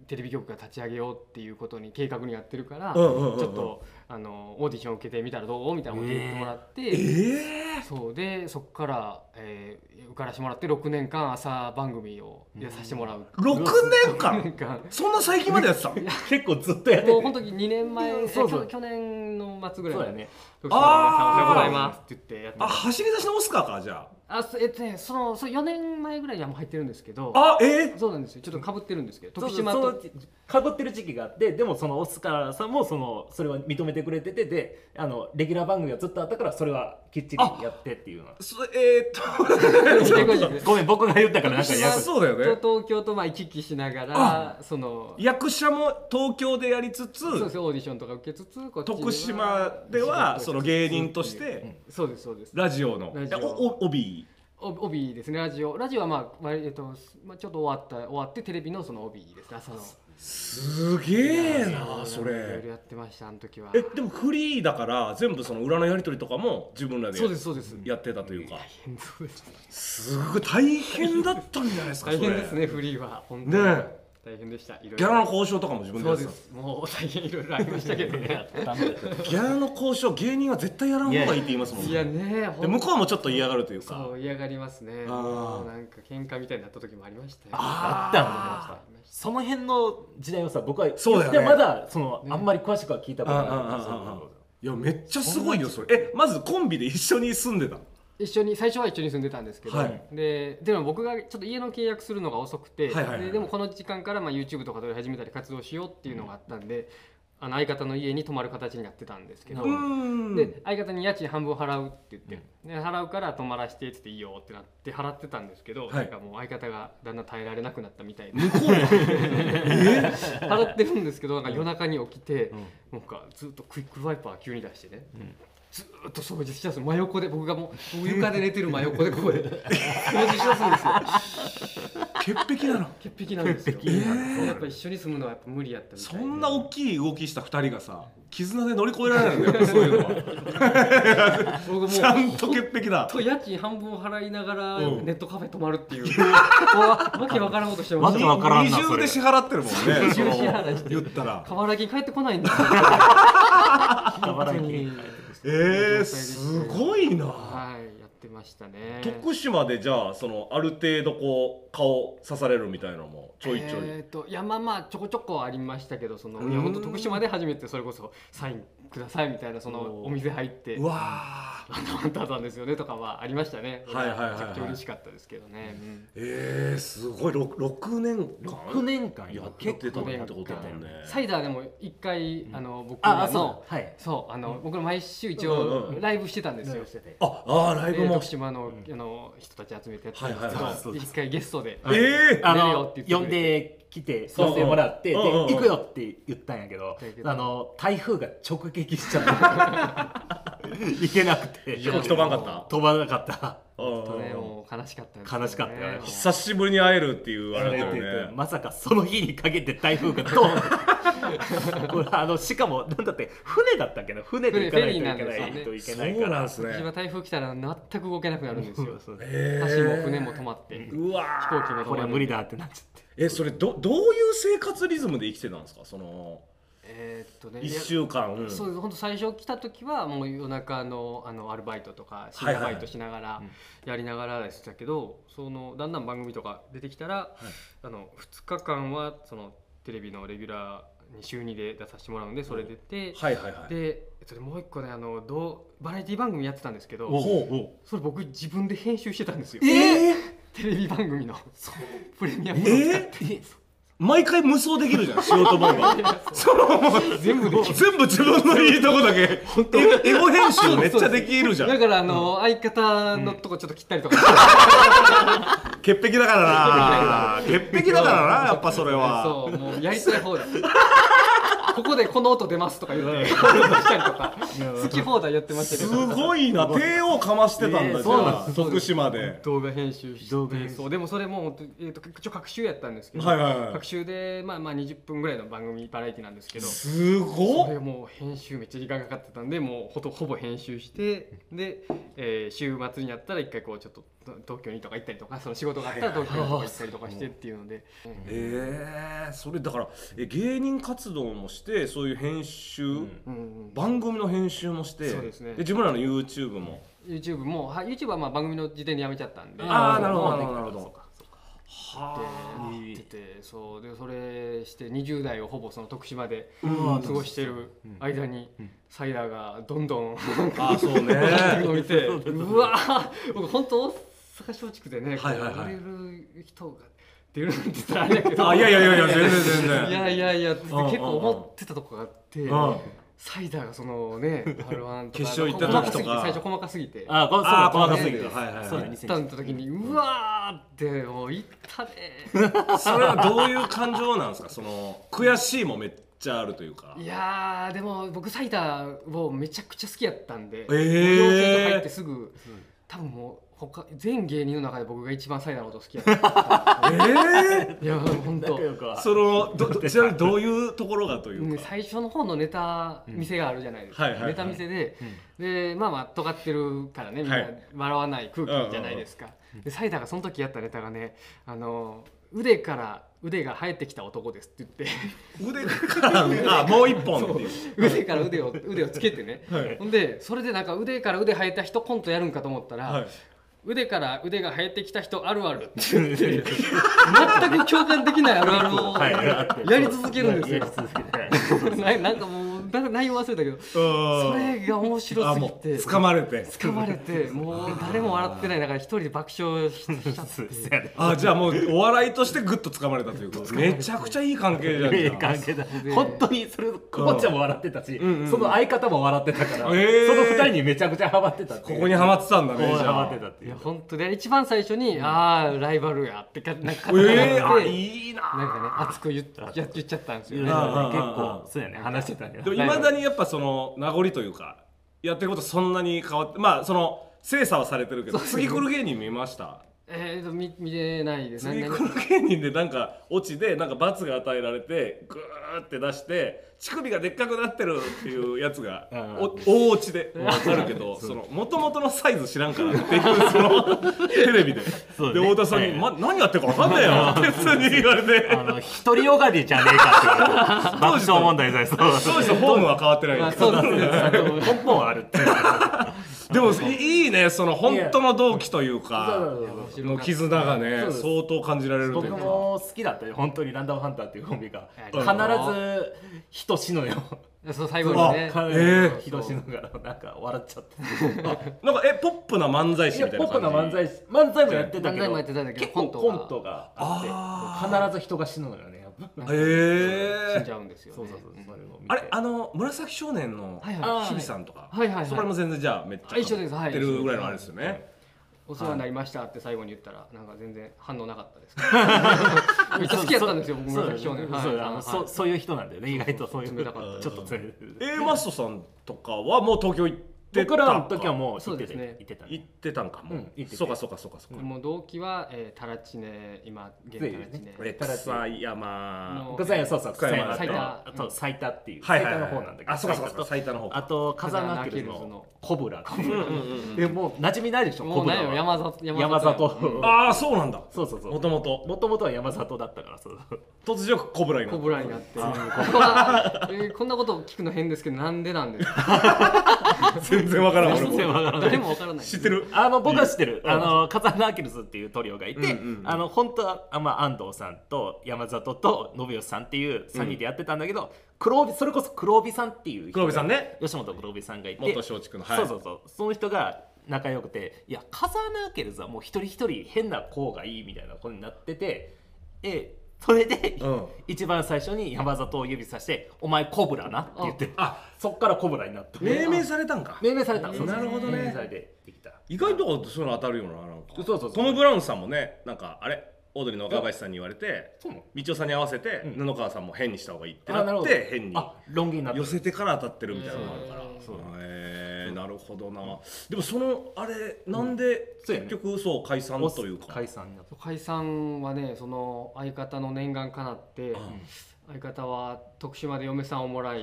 [SPEAKER 3] テレビ局が立ち上げようっていうことに計画にやってるから、
[SPEAKER 1] うんうんうんうん
[SPEAKER 3] ちょっとあのオーディション受けてみたらどうみたいなこと言ってもらって、
[SPEAKER 1] えー、
[SPEAKER 3] そうでそこから、えー受からしてもらって6年間朝番組をやさせてもらう、
[SPEAKER 1] 6年
[SPEAKER 3] 6
[SPEAKER 1] 間
[SPEAKER 3] 年間
[SPEAKER 1] そんな最近までやってた
[SPEAKER 4] 結構ずっとやって
[SPEAKER 3] もう
[SPEAKER 4] て
[SPEAKER 3] 本当に2年前、
[SPEAKER 4] うんそうそう
[SPEAKER 3] え去去年の末ぐらい
[SPEAKER 4] そうだ
[SPEAKER 3] まで
[SPEAKER 4] よね
[SPEAKER 3] 徳島の皆さんおはようございますって言ってやって
[SPEAKER 1] あ走り出しのオスカーかじゃ
[SPEAKER 3] あそえっとねそのそう4年前ぐらいにはもう入ってるんですけど
[SPEAKER 1] ああえ
[SPEAKER 3] そうなんですよちょっとかぶってるんですけど
[SPEAKER 4] そう
[SPEAKER 3] 徳
[SPEAKER 4] そう
[SPEAKER 3] 島
[SPEAKER 4] そ
[SPEAKER 3] と
[SPEAKER 4] のかぶってる時期があってでもそのオスカーさんもそのそれは認めてくれててであのレギュラー番組がずっとあったからそれはきっちりやってっていうのは
[SPEAKER 1] ー、そえー、っと
[SPEAKER 4] ごめん僕が言ったからなんかややこしい
[SPEAKER 1] そうだよね
[SPEAKER 3] と東京とまあ行き来しながらその
[SPEAKER 1] 役者も東京でやりつつ
[SPEAKER 3] そうですオーディションとか受けつつこっちには
[SPEAKER 1] 徳島ではその芸人とし
[SPEAKER 3] うん
[SPEAKER 1] て
[SPEAKER 3] そうですそうです
[SPEAKER 1] ラジオの
[SPEAKER 3] ラジオ
[SPEAKER 1] えおお帯
[SPEAKER 3] お帯ですねラジオラジオはまあ、まあえっとまあ、ちょっと終わった終わってテレビのその帯ですね朝の
[SPEAKER 1] すげえなそ
[SPEAKER 3] いろいろ
[SPEAKER 1] れ
[SPEAKER 3] やってましたあの時は
[SPEAKER 1] えでもフリーだから全部その裏のやり取りとかも自分らで
[SPEAKER 3] そうですそうです
[SPEAKER 1] やってたというか
[SPEAKER 3] そうです
[SPEAKER 1] すごい大変だったんじゃないですか
[SPEAKER 3] 大
[SPEAKER 1] そ
[SPEAKER 3] 変
[SPEAKER 1] れ
[SPEAKER 3] ですねフリーは本当
[SPEAKER 1] ね
[SPEAKER 3] に
[SPEAKER 1] え
[SPEAKER 3] 大変でしたいろい
[SPEAKER 1] ギャラの
[SPEAKER 3] ろ
[SPEAKER 1] 交渉とかも自分でやっ
[SPEAKER 3] そう
[SPEAKER 1] て
[SPEAKER 3] で
[SPEAKER 1] た
[SPEAKER 3] すもう大変いろいろありましたけどね
[SPEAKER 4] ダメだよ
[SPEAKER 1] ギャラの交渉芸人は絶対やらん方がいいって言いますもん
[SPEAKER 3] いや
[SPEAKER 1] ね
[SPEAKER 3] ね
[SPEAKER 1] で
[SPEAKER 3] ほん
[SPEAKER 1] 向こうもちょっと嫌がるというか
[SPEAKER 3] そう嫌がりますね
[SPEAKER 1] あー
[SPEAKER 3] もうなんか喧嘩みたいになった時もありましたよ
[SPEAKER 4] あったもんねその辺の時代をさ僕は
[SPEAKER 1] そうだよね
[SPEAKER 4] でまだその
[SPEAKER 3] ね
[SPEAKER 4] あんまり詳しくは聞いたこと
[SPEAKER 1] あ
[SPEAKER 4] な
[SPEAKER 1] あ
[SPEAKER 4] か
[SPEAKER 1] あ
[SPEAKER 4] ったそう
[SPEAKER 1] ああいやめっちゃすごいよそれえまずコンビで一緒に住んでたの
[SPEAKER 3] 一緒に最初は一緒に住んでたんですけど、
[SPEAKER 1] はい
[SPEAKER 3] ででも僕がちょっと家の契約するのが遅くて、
[SPEAKER 1] はいはいはい
[SPEAKER 3] ででもこの時間からまあ YouTube とか撮り始めたり活動しようっていうのがあったんで、あの相方の家に泊まる形になってたんですけど、
[SPEAKER 1] うーん
[SPEAKER 3] で相方に家賃半分払うって言って、で払うから泊まらせてって言っていいよってなって払ってたんですけど、
[SPEAKER 1] はい
[SPEAKER 3] なんかもう相方がだんだん耐えられなくなったみたいで
[SPEAKER 1] 向こう も
[SPEAKER 3] 払ってるんですけどなんか夜中に起きて、なんかずっとクイックワイパー急に出してね、ずーっと掃除しだす真横で僕がもう僕床で寝てる真横でここで掃除しだすんですよ
[SPEAKER 1] 潔癖なの
[SPEAKER 3] 潔癖なんですよ、
[SPEAKER 1] 癖なんだ
[SPEAKER 3] やっぱ一緒に住むのはやっぱ無理やったみたい
[SPEAKER 1] そ
[SPEAKER 3] で
[SPEAKER 1] んな大きい動きした二人がさ絆で乗り越えられないんだよそういうのは
[SPEAKER 3] 僕もう
[SPEAKER 1] ちゃんと潔癖だ
[SPEAKER 3] と家賃半分払いながら
[SPEAKER 1] うん
[SPEAKER 3] ネットカフェ泊まるっていう、うわわけわからんことしてま
[SPEAKER 4] わ
[SPEAKER 3] す
[SPEAKER 4] けわからんな
[SPEAKER 1] 二
[SPEAKER 4] そ
[SPEAKER 1] 重
[SPEAKER 4] れ
[SPEAKER 1] で支払ってるもんね
[SPEAKER 3] 二重支払いして
[SPEAKER 1] 言ったら
[SPEAKER 3] 河原駅に帰ってこないんだ
[SPEAKER 4] 河原駅に
[SPEAKER 1] えー、すごいな
[SPEAKER 3] はいやってましたね
[SPEAKER 1] 徳島でじゃあそのある程度こう顔刺されるみたいなのもちょいちょい、
[SPEAKER 3] えー、といやまあまあちょこちょこありましたけどその
[SPEAKER 1] うん
[SPEAKER 3] いや本当徳島で初めてそれこそサインくださいみたいなそのお店入って
[SPEAKER 1] うわー
[SPEAKER 3] あのあんただったんですよねとかはありましたね
[SPEAKER 1] はいはいはいはい
[SPEAKER 3] めちゃくちゃ嬉しかったですけどね、
[SPEAKER 1] えー、すごい 6, 六年間
[SPEAKER 4] 6年間
[SPEAKER 1] やって
[SPEAKER 4] 結
[SPEAKER 1] た
[SPEAKER 4] 構
[SPEAKER 1] ね
[SPEAKER 4] や
[SPEAKER 1] っ
[SPEAKER 4] ってて
[SPEAKER 1] ことだもんね
[SPEAKER 3] サイダーでも一回、あの僕
[SPEAKER 4] ああ
[SPEAKER 3] ら
[SPEAKER 4] そ
[SPEAKER 3] の
[SPEAKER 4] うはい
[SPEAKER 3] そうあの、僕ら毎週一
[SPEAKER 1] うんうん
[SPEAKER 3] 応
[SPEAKER 1] うん
[SPEAKER 3] ライブしてたんですよ、
[SPEAKER 1] ああーライブ
[SPEAKER 3] で
[SPEAKER 1] も
[SPEAKER 3] 徳島の,、あの人たち集めてやってたんです
[SPEAKER 1] はい
[SPEAKER 3] けど、
[SPEAKER 1] はいはい
[SPEAKER 4] そうです
[SPEAKER 3] 一回ゲストで、
[SPEAKER 1] ええー、
[SPEAKER 4] あ
[SPEAKER 3] 出るよ
[SPEAKER 4] の
[SPEAKER 3] って言ってくれて
[SPEAKER 4] 呼んできて
[SPEAKER 1] そう
[SPEAKER 4] 呼んでもらってで
[SPEAKER 1] うんうんうん
[SPEAKER 4] 行くよって言ったんやけど
[SPEAKER 3] だけど
[SPEAKER 4] あの台風が直撃しちゃった 行けなくて
[SPEAKER 3] い
[SPEAKER 4] 飛
[SPEAKER 3] や
[SPEAKER 1] 飛行機飛ばんかった
[SPEAKER 4] ばなかった
[SPEAKER 1] うん
[SPEAKER 3] ねもう悲しかったですよね
[SPEAKER 4] 悲しかったよね
[SPEAKER 1] 久しぶりに会えるっていうあれだよね
[SPEAKER 4] まさかその日にかけて台風がドーンこれあのしかもなんだって船だったっけな船で行かないといけない
[SPEAKER 3] 船フェリーなんです
[SPEAKER 4] と
[SPEAKER 3] よ
[SPEAKER 4] いけ
[SPEAKER 1] そ
[SPEAKER 4] ないうか
[SPEAKER 1] なん
[SPEAKER 4] ら
[SPEAKER 1] です
[SPEAKER 3] 今
[SPEAKER 1] ね
[SPEAKER 3] 台風来たら全く動けなくなるんですよ
[SPEAKER 4] そうそう
[SPEAKER 1] え
[SPEAKER 3] 橋も船も止まって飛
[SPEAKER 1] うわ
[SPEAKER 3] 行機も止
[SPEAKER 4] こ
[SPEAKER 3] ま
[SPEAKER 4] れは
[SPEAKER 3] る
[SPEAKER 4] 無理だってなっちゃって
[SPEAKER 1] えそれどどういう生活リズムで生きてたんですかその
[SPEAKER 3] えーっとね
[SPEAKER 1] 1週間
[SPEAKER 3] いやそうです本当最初来た時はもう夜中のあのアルバイトとか深夜バイトしながらやりながらでしたけどそのだんだん番組とか出てきたらあの2日間はそのテレビのレギュラーに週2で出させてもらうんでそれ出て
[SPEAKER 1] はいはいはい
[SPEAKER 3] でえっとねもう一個ねあのどうバラエティ番組やってたんですけ
[SPEAKER 1] ほう
[SPEAKER 3] ど
[SPEAKER 1] ほ
[SPEAKER 3] それ僕自分で編集してたんですよ
[SPEAKER 1] うえ
[SPEAKER 3] テレビ番組の プレミアムを使って
[SPEAKER 1] え毎回無双できるじゃん仕事番組そのもう
[SPEAKER 3] 全部できる
[SPEAKER 1] 全部自分のいいとこだけエゴエゴ編集めっちゃできるじゃ
[SPEAKER 3] だ
[SPEAKER 1] ん
[SPEAKER 3] からあの相方のとこちょっと切ったりとかして
[SPEAKER 1] 潔癖だからな潔癖だからなやっぱそれは
[SPEAKER 3] そうもうやりたい放題ここでこの音出ますとか言って したりとか 好き放題やってましたけ
[SPEAKER 1] す
[SPEAKER 3] ど
[SPEAKER 1] ごいな帝王かましてたんだじ
[SPEAKER 3] そうなん
[SPEAKER 1] ゃ
[SPEAKER 3] で
[SPEAKER 1] あ
[SPEAKER 3] す
[SPEAKER 1] 徳島で
[SPEAKER 3] 動画編集して
[SPEAKER 4] 動画編集
[SPEAKER 3] そうでもそれも本当に、えー、と一応各週やったんですけど、
[SPEAKER 1] はいはいはい
[SPEAKER 3] 各週で、まあ、まあ20分ぐらいの番組バラエティなんですけどそ
[SPEAKER 1] すごっ
[SPEAKER 3] れもう編集めっちゃ時間かかってたんでもうほとほぼ編集してで、えー週末になったら一回こうちょっと東京にとか行ったりとかその仕事があったら東京にとか行ったりとかしてっていうので、
[SPEAKER 1] えー、それだからえ芸人活動もしてそういう編集、
[SPEAKER 3] うんうん、
[SPEAKER 1] 番組の編集もして
[SPEAKER 3] そうですね
[SPEAKER 1] 自分らの YouTube も
[SPEAKER 3] YouTube もは YouTube はまあ番組の時点でやめちゃったんで
[SPEAKER 1] ああなるほどな
[SPEAKER 3] で
[SPEAKER 1] るほどなるほど
[SPEAKER 3] や
[SPEAKER 1] は
[SPEAKER 3] っててそうでそれして20代をほぼその徳島で
[SPEAKER 1] うん
[SPEAKER 3] 過ごしてる間にサイダーがどんどん
[SPEAKER 1] ああーそうね
[SPEAKER 3] 上が っていくのを見てうわー僕本当大阪松竹でねこう
[SPEAKER 1] はいはい
[SPEAKER 3] 売
[SPEAKER 1] はい
[SPEAKER 3] れる人が出るなんて言ったらあれやけど
[SPEAKER 1] あいやいやいやいや全然全
[SPEAKER 3] い
[SPEAKER 1] 然
[SPEAKER 3] やいやいやって結
[SPEAKER 1] うんうんうん
[SPEAKER 3] 構思ってたとこがあって
[SPEAKER 1] ん
[SPEAKER 3] サイダーがそのね R1 とか
[SPEAKER 1] 決勝行った時とか
[SPEAKER 3] 細すぎて最初細かすぎて
[SPEAKER 4] ああこ
[SPEAKER 1] あー
[SPEAKER 4] そうだ
[SPEAKER 1] 細かすぎて
[SPEAKER 4] そうだ
[SPEAKER 1] はいはいはい
[SPEAKER 4] そうだ
[SPEAKER 3] 行っ
[SPEAKER 4] 2000
[SPEAKER 3] たん時にうわーってもう行ったね ー
[SPEAKER 1] それはどういう感情なんですかその悔しいもめっちゃあるというか
[SPEAKER 3] いやーでも僕サイダーをめちゃくちゃ好きやったんで、
[SPEAKER 1] え
[SPEAKER 3] 養
[SPEAKER 1] ー
[SPEAKER 3] 成所入ってすぐ多分もう他全芸人の中で僕が一番サイダーのこと好きやった
[SPEAKER 1] ええ
[SPEAKER 3] いや本当
[SPEAKER 4] 仲良く は
[SPEAKER 1] そのどどちなみにどういうところがというか、
[SPEAKER 3] 最初の方のネタ見せがあるじゃないですか、
[SPEAKER 1] うんはいはいはい
[SPEAKER 3] ネタ見せで、でまあまあ尖ってるからねみん
[SPEAKER 1] は
[SPEAKER 3] ない笑わない空気じゃないですか、でサイダーがその時やったネタがねあの腕から腕が生えてきた男ですって言って
[SPEAKER 1] 腕 からあもう一本っていう
[SPEAKER 3] 腕から腕を腕をつけてね、ほんでそれでなんか腕から腕生えた人コントやるんかと思ったら、
[SPEAKER 1] はい
[SPEAKER 3] 腕から腕が生えてきた人あるあるって言って全く共感できないあるあるを
[SPEAKER 4] はいはい
[SPEAKER 3] やり続けるんですよ
[SPEAKER 4] やり続 けて
[SPEAKER 3] ななんかもうなんか内容忘れたけどそれが面白
[SPEAKER 1] あ
[SPEAKER 3] すぎ
[SPEAKER 1] もう
[SPEAKER 3] て
[SPEAKER 1] 掴まれて
[SPEAKER 3] 掴まれてもう誰も笑ってない中で一人で爆笑ししちゃっ
[SPEAKER 4] そうで
[SPEAKER 3] て
[SPEAKER 4] すよね
[SPEAKER 1] あじゃあもうお笑いとしてグッと掴まれたというかめちゃくちゃいい関係じゃん
[SPEAKER 4] い
[SPEAKER 1] じ
[SPEAKER 4] い
[SPEAKER 1] ゃあ
[SPEAKER 4] 関係だ
[SPEAKER 3] で
[SPEAKER 4] 本当にそれこぼちゃんも笑ってたし、
[SPEAKER 1] んうん
[SPEAKER 4] その相方も笑ってたから、
[SPEAKER 1] えー
[SPEAKER 4] その二人にめちゃくちゃハマってたってい
[SPEAKER 1] こ
[SPEAKER 4] う
[SPEAKER 1] こにハマってたんだ
[SPEAKER 4] ここ
[SPEAKER 1] ね
[SPEAKER 4] に
[SPEAKER 1] じ
[SPEAKER 4] ハマ
[SPEAKER 1] ゃ
[SPEAKER 4] っ
[SPEAKER 1] あ
[SPEAKER 4] てたって
[SPEAKER 3] い
[SPEAKER 4] いう
[SPEAKER 3] や本当で一番最初に「ああライバルや」ってかなんか
[SPEAKER 1] ええあ
[SPEAKER 3] なんかね
[SPEAKER 1] いいな
[SPEAKER 3] 熱く言っやっ言っちゃったんですよね
[SPEAKER 4] 結
[SPEAKER 1] あーあ
[SPEAKER 4] 構
[SPEAKER 1] ー
[SPEAKER 4] そうやね話してたんや
[SPEAKER 1] でもいまだにやっぱその名残というかやってることそんなに変わってまあその精査はされてるけど次来る芸人見ました
[SPEAKER 3] えーと見見れないです
[SPEAKER 1] 次来
[SPEAKER 3] 何
[SPEAKER 1] る芸人でなんかオチでなんか罰が与えられてグーって出して乳首がでっかくなってるっていうやつが
[SPEAKER 4] ん
[SPEAKER 1] お大オチであるけどその元々のサイズ知らんからっていうそのテレビで、
[SPEAKER 4] そう
[SPEAKER 1] で
[SPEAKER 4] ね
[SPEAKER 1] 太田さんに、ま「何やってるか分かんないよ」って普通に言われ
[SPEAKER 4] あ
[SPEAKER 1] て
[SPEAKER 4] の独りよがりじゃねえ かっていう爆笑問題さえそう
[SPEAKER 1] 当時とフォームは変わってない、
[SPEAKER 3] まあそうですねあの
[SPEAKER 4] 根本はあるっていう
[SPEAKER 1] でもいいいねその本当の同期というかの絆がね
[SPEAKER 4] そうです
[SPEAKER 1] 相当感じられるとい
[SPEAKER 4] 僕
[SPEAKER 1] うか
[SPEAKER 4] も好きだったよ本当にランダムハンターっていうコンビが
[SPEAKER 3] あり
[SPEAKER 4] 必
[SPEAKER 3] がとう
[SPEAKER 4] ず人死ぬよ
[SPEAKER 3] そう最後にね
[SPEAKER 4] 必
[SPEAKER 1] えー
[SPEAKER 4] ず人死ぬからなんか笑っちゃって
[SPEAKER 1] なんかえポップな漫才師
[SPEAKER 4] いや
[SPEAKER 1] みたいな
[SPEAKER 4] ポップ
[SPEAKER 1] 感じ
[SPEAKER 4] な漫才師漫才もやってた
[SPEAKER 3] 漫
[SPEAKER 4] け
[SPEAKER 3] 才もや
[SPEAKER 4] ど
[SPEAKER 3] ってたんだけど
[SPEAKER 4] 結構コ
[SPEAKER 3] コン
[SPEAKER 4] ン
[SPEAKER 3] ト
[SPEAKER 4] トがあって必ず人が死ぬのよねやっぱ
[SPEAKER 1] へ
[SPEAKER 3] 死んじ
[SPEAKER 1] え
[SPEAKER 3] ゃうんですよね
[SPEAKER 4] そうそうそうそれを見て
[SPEAKER 1] あれあの紫少年の
[SPEAKER 3] はいはい
[SPEAKER 1] 日比さんとか
[SPEAKER 3] はいはいはい
[SPEAKER 1] そこらも全然じゃあめっちゃ
[SPEAKER 3] あ一緒ですはい
[SPEAKER 1] ってるぐらいのあれですよね
[SPEAKER 3] お世話になりましたって最後に言ったらなんか全然反応なかったです めっちゃ好きやったんですよ僕
[SPEAKER 4] そう
[SPEAKER 3] 紫少年
[SPEAKER 4] そうそうあのそ
[SPEAKER 3] は
[SPEAKER 4] そういう人なんだよね意外とそういう
[SPEAKER 3] 冷たかった
[SPEAKER 4] ちょっと冷たい
[SPEAKER 1] A マストさんとかはもう東京行ってた
[SPEAKER 4] 僕らの時はもう
[SPEAKER 3] そ
[SPEAKER 4] 行っ
[SPEAKER 3] う
[SPEAKER 4] て
[SPEAKER 3] です
[SPEAKER 4] て、
[SPEAKER 3] ね
[SPEAKER 4] 行ってたね
[SPEAKER 1] 行ってたんかも、
[SPEAKER 4] うん行ってて
[SPEAKER 1] そうかそうかそうかそうか、
[SPEAKER 3] もう同期は、えー、タラチネ今現タラチネ
[SPEAKER 4] つい
[SPEAKER 1] え
[SPEAKER 4] ただ
[SPEAKER 1] 草山
[SPEAKER 3] の
[SPEAKER 4] 草山そうそう
[SPEAKER 1] 草
[SPEAKER 4] 草
[SPEAKER 1] 山
[SPEAKER 4] 山と
[SPEAKER 3] 埼玉
[SPEAKER 4] あと埼玉っていう
[SPEAKER 1] はい
[SPEAKER 4] 埼
[SPEAKER 1] はい
[SPEAKER 4] 玉
[SPEAKER 1] はい
[SPEAKER 4] の方なんだけど
[SPEAKER 1] あそうかそうか
[SPEAKER 4] 埼
[SPEAKER 1] 埼玉の方
[SPEAKER 4] 玉とあと風間アキル
[SPEAKER 3] 風間アキルズ
[SPEAKER 4] の
[SPEAKER 3] の
[SPEAKER 4] コブラっていう
[SPEAKER 1] うんうんうん
[SPEAKER 4] でもう馴染みないでしょ
[SPEAKER 3] も
[SPEAKER 4] コ
[SPEAKER 3] う
[SPEAKER 4] ブ
[SPEAKER 3] な
[SPEAKER 4] ラ
[SPEAKER 3] いよ
[SPEAKER 4] は
[SPEAKER 3] 山里
[SPEAKER 4] 山里
[SPEAKER 1] ああそうなんだ
[SPEAKER 4] そうそうそう
[SPEAKER 1] もともと
[SPEAKER 4] もともとは山里だったからそう
[SPEAKER 1] 突如コブラにな
[SPEAKER 3] コ
[SPEAKER 1] っ
[SPEAKER 3] ブラになって、こんなえーこんなこと聞くの変ですけどなんでなんですか
[SPEAKER 1] た全然わからん俺も
[SPEAKER 4] 全然わからない
[SPEAKER 3] 誰もわからない
[SPEAKER 1] 知ってる
[SPEAKER 4] あの僕は知ってる、あのカザナアキルスっていうトリオがい
[SPEAKER 1] う
[SPEAKER 4] て、
[SPEAKER 1] んうんうん
[SPEAKER 4] あの本当はあ、まあ、安藤さんと山里と信義さんっていう3人でやってたんだけど、黒帯それこそ黒帯さんっていう人
[SPEAKER 1] 黒部さん
[SPEAKER 4] ね
[SPEAKER 1] ね
[SPEAKER 4] 吉本黒帯さんがいて
[SPEAKER 1] 元松竹のはい
[SPEAKER 4] そうそうそうその人が仲良くていやカザナアキルスはもう一人一人変な子がいいみたいな子になっててでそれで、
[SPEAKER 1] うん
[SPEAKER 4] 一番最初に山里を指さして「お前コブラな」って言って
[SPEAKER 1] あ
[SPEAKER 4] そっからコブラになった
[SPEAKER 1] 命名されたんか
[SPEAKER 4] 命名されたそうそう
[SPEAKER 1] なるほどね
[SPEAKER 4] 命名されてできた
[SPEAKER 1] 意外とそういうの当たるよななんか
[SPEAKER 4] そうそうそう
[SPEAKER 1] トム・ブラウンさんもねなんかあれオードリーの若林さんに言われて
[SPEAKER 4] そうなの
[SPEAKER 1] 道夫さんに合わせて
[SPEAKER 4] うん
[SPEAKER 1] 布川さんも変にした方がいいって
[SPEAKER 4] あな
[SPEAKER 1] な
[SPEAKER 4] る
[SPEAKER 1] っ
[SPEAKER 4] ほど
[SPEAKER 1] て変に
[SPEAKER 4] あロン毛になった
[SPEAKER 1] 寄せてから当たってるみたいなのがあるから
[SPEAKER 3] うん
[SPEAKER 1] そうへえなるほどなでもそのあれなんで
[SPEAKER 4] そうや
[SPEAKER 1] 結
[SPEAKER 4] ね
[SPEAKER 1] 局そう解散というか
[SPEAKER 4] 解散になった
[SPEAKER 3] 解散はねその相方の念願かなって、
[SPEAKER 1] ん
[SPEAKER 3] 相方は徳島で嫁さんをもらい、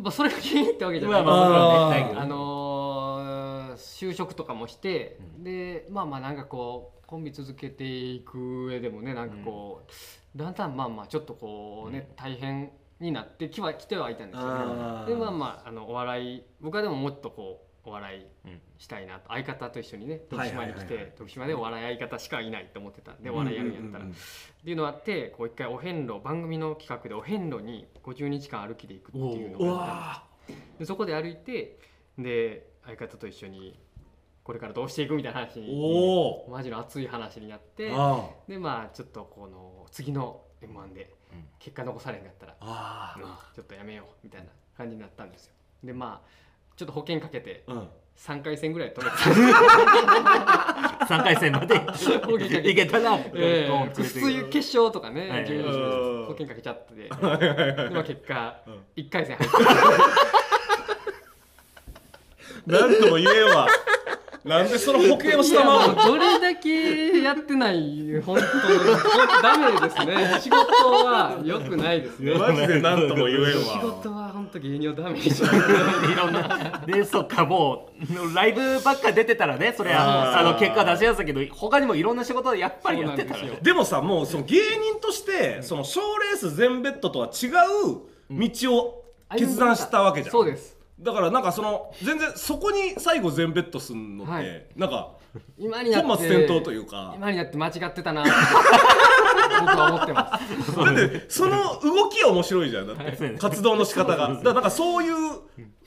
[SPEAKER 3] まあ、それが原因ってわけじゃ
[SPEAKER 4] ま
[SPEAKER 3] な
[SPEAKER 4] あ
[SPEAKER 3] い、
[SPEAKER 4] まあそれは
[SPEAKER 1] あー
[SPEAKER 4] ねないけど
[SPEAKER 3] あのー就職とかもして、でまあまあなんかこうコンビ続けていく上でもねなんかこう、だんだんまあまあちょっとこうね、大変になってきは来てはいたんですよ
[SPEAKER 1] あー
[SPEAKER 3] ね。でまあまああのお笑い僕はでももっとこうお笑いしたいなと相方と一緒にね
[SPEAKER 1] はいは
[SPEAKER 3] 徳島
[SPEAKER 1] いはい
[SPEAKER 3] に
[SPEAKER 1] はい
[SPEAKER 3] 来て徳島でお笑い相方しかいないと思ってたんでお笑いやるんやったら。
[SPEAKER 1] うんうんうんうん
[SPEAKER 3] っていうのがあってこう一回お遍路番組の企画でお遍路に50日間歩きで行くっていうの
[SPEAKER 1] う
[SPEAKER 3] があったんです
[SPEAKER 1] わ
[SPEAKER 3] でそこで歩いてで相方と一緒にこれからどうしていくみたいな話
[SPEAKER 1] ー
[SPEAKER 3] に
[SPEAKER 1] おお
[SPEAKER 3] マジの熱い話になって
[SPEAKER 1] あ
[SPEAKER 3] でまあちょっとこの次の m 1で結果残されへんかったら、
[SPEAKER 1] あああ
[SPEAKER 3] ちょっとやめようみたいな感じになったんですよでまあちょっと保険かけて
[SPEAKER 1] うん
[SPEAKER 3] 3回戦ぐらい取れて
[SPEAKER 4] 3回戦までいけたな
[SPEAKER 3] ええ
[SPEAKER 4] ドンくれて
[SPEAKER 3] そういう決勝とかね、
[SPEAKER 4] はい
[SPEAKER 3] 準優
[SPEAKER 1] うん
[SPEAKER 3] 勝保険かけちゃってて、でまあ結果、1回戦入っ
[SPEAKER 1] なんとも言えんわなんでその保険を
[SPEAKER 3] て、い
[SPEAKER 1] 下
[SPEAKER 3] やも
[SPEAKER 1] 回
[SPEAKER 3] う
[SPEAKER 1] る
[SPEAKER 3] どれだけやってない、本当に、ダメですね、仕事は良くないですね、
[SPEAKER 1] マジでなんとも言えん
[SPEAKER 3] 仕
[SPEAKER 1] わ
[SPEAKER 3] 事は本当、芸人をダメにしちゃう
[SPEAKER 4] いろんなでそっかもうライブばっか出てたらねそれ
[SPEAKER 1] あー
[SPEAKER 4] はあの結果出しやすいけど他にもいろんな仕事をやっぱりやってたら
[SPEAKER 3] そうなんですよ
[SPEAKER 1] でもさもうその芸人としてその賞レース全ベッドとは違う道を 決断したわけじゃん
[SPEAKER 3] そうです
[SPEAKER 1] だからなんかその全然そこに最後全ベッドすんのって、
[SPEAKER 3] はい
[SPEAKER 1] なんか
[SPEAKER 3] 今になって
[SPEAKER 1] 本末転倒というか
[SPEAKER 3] 今になって間違ってたな って僕は思ってます
[SPEAKER 1] だってその動きが面白いじゃんだって 活動の仕方がだからなんかそういう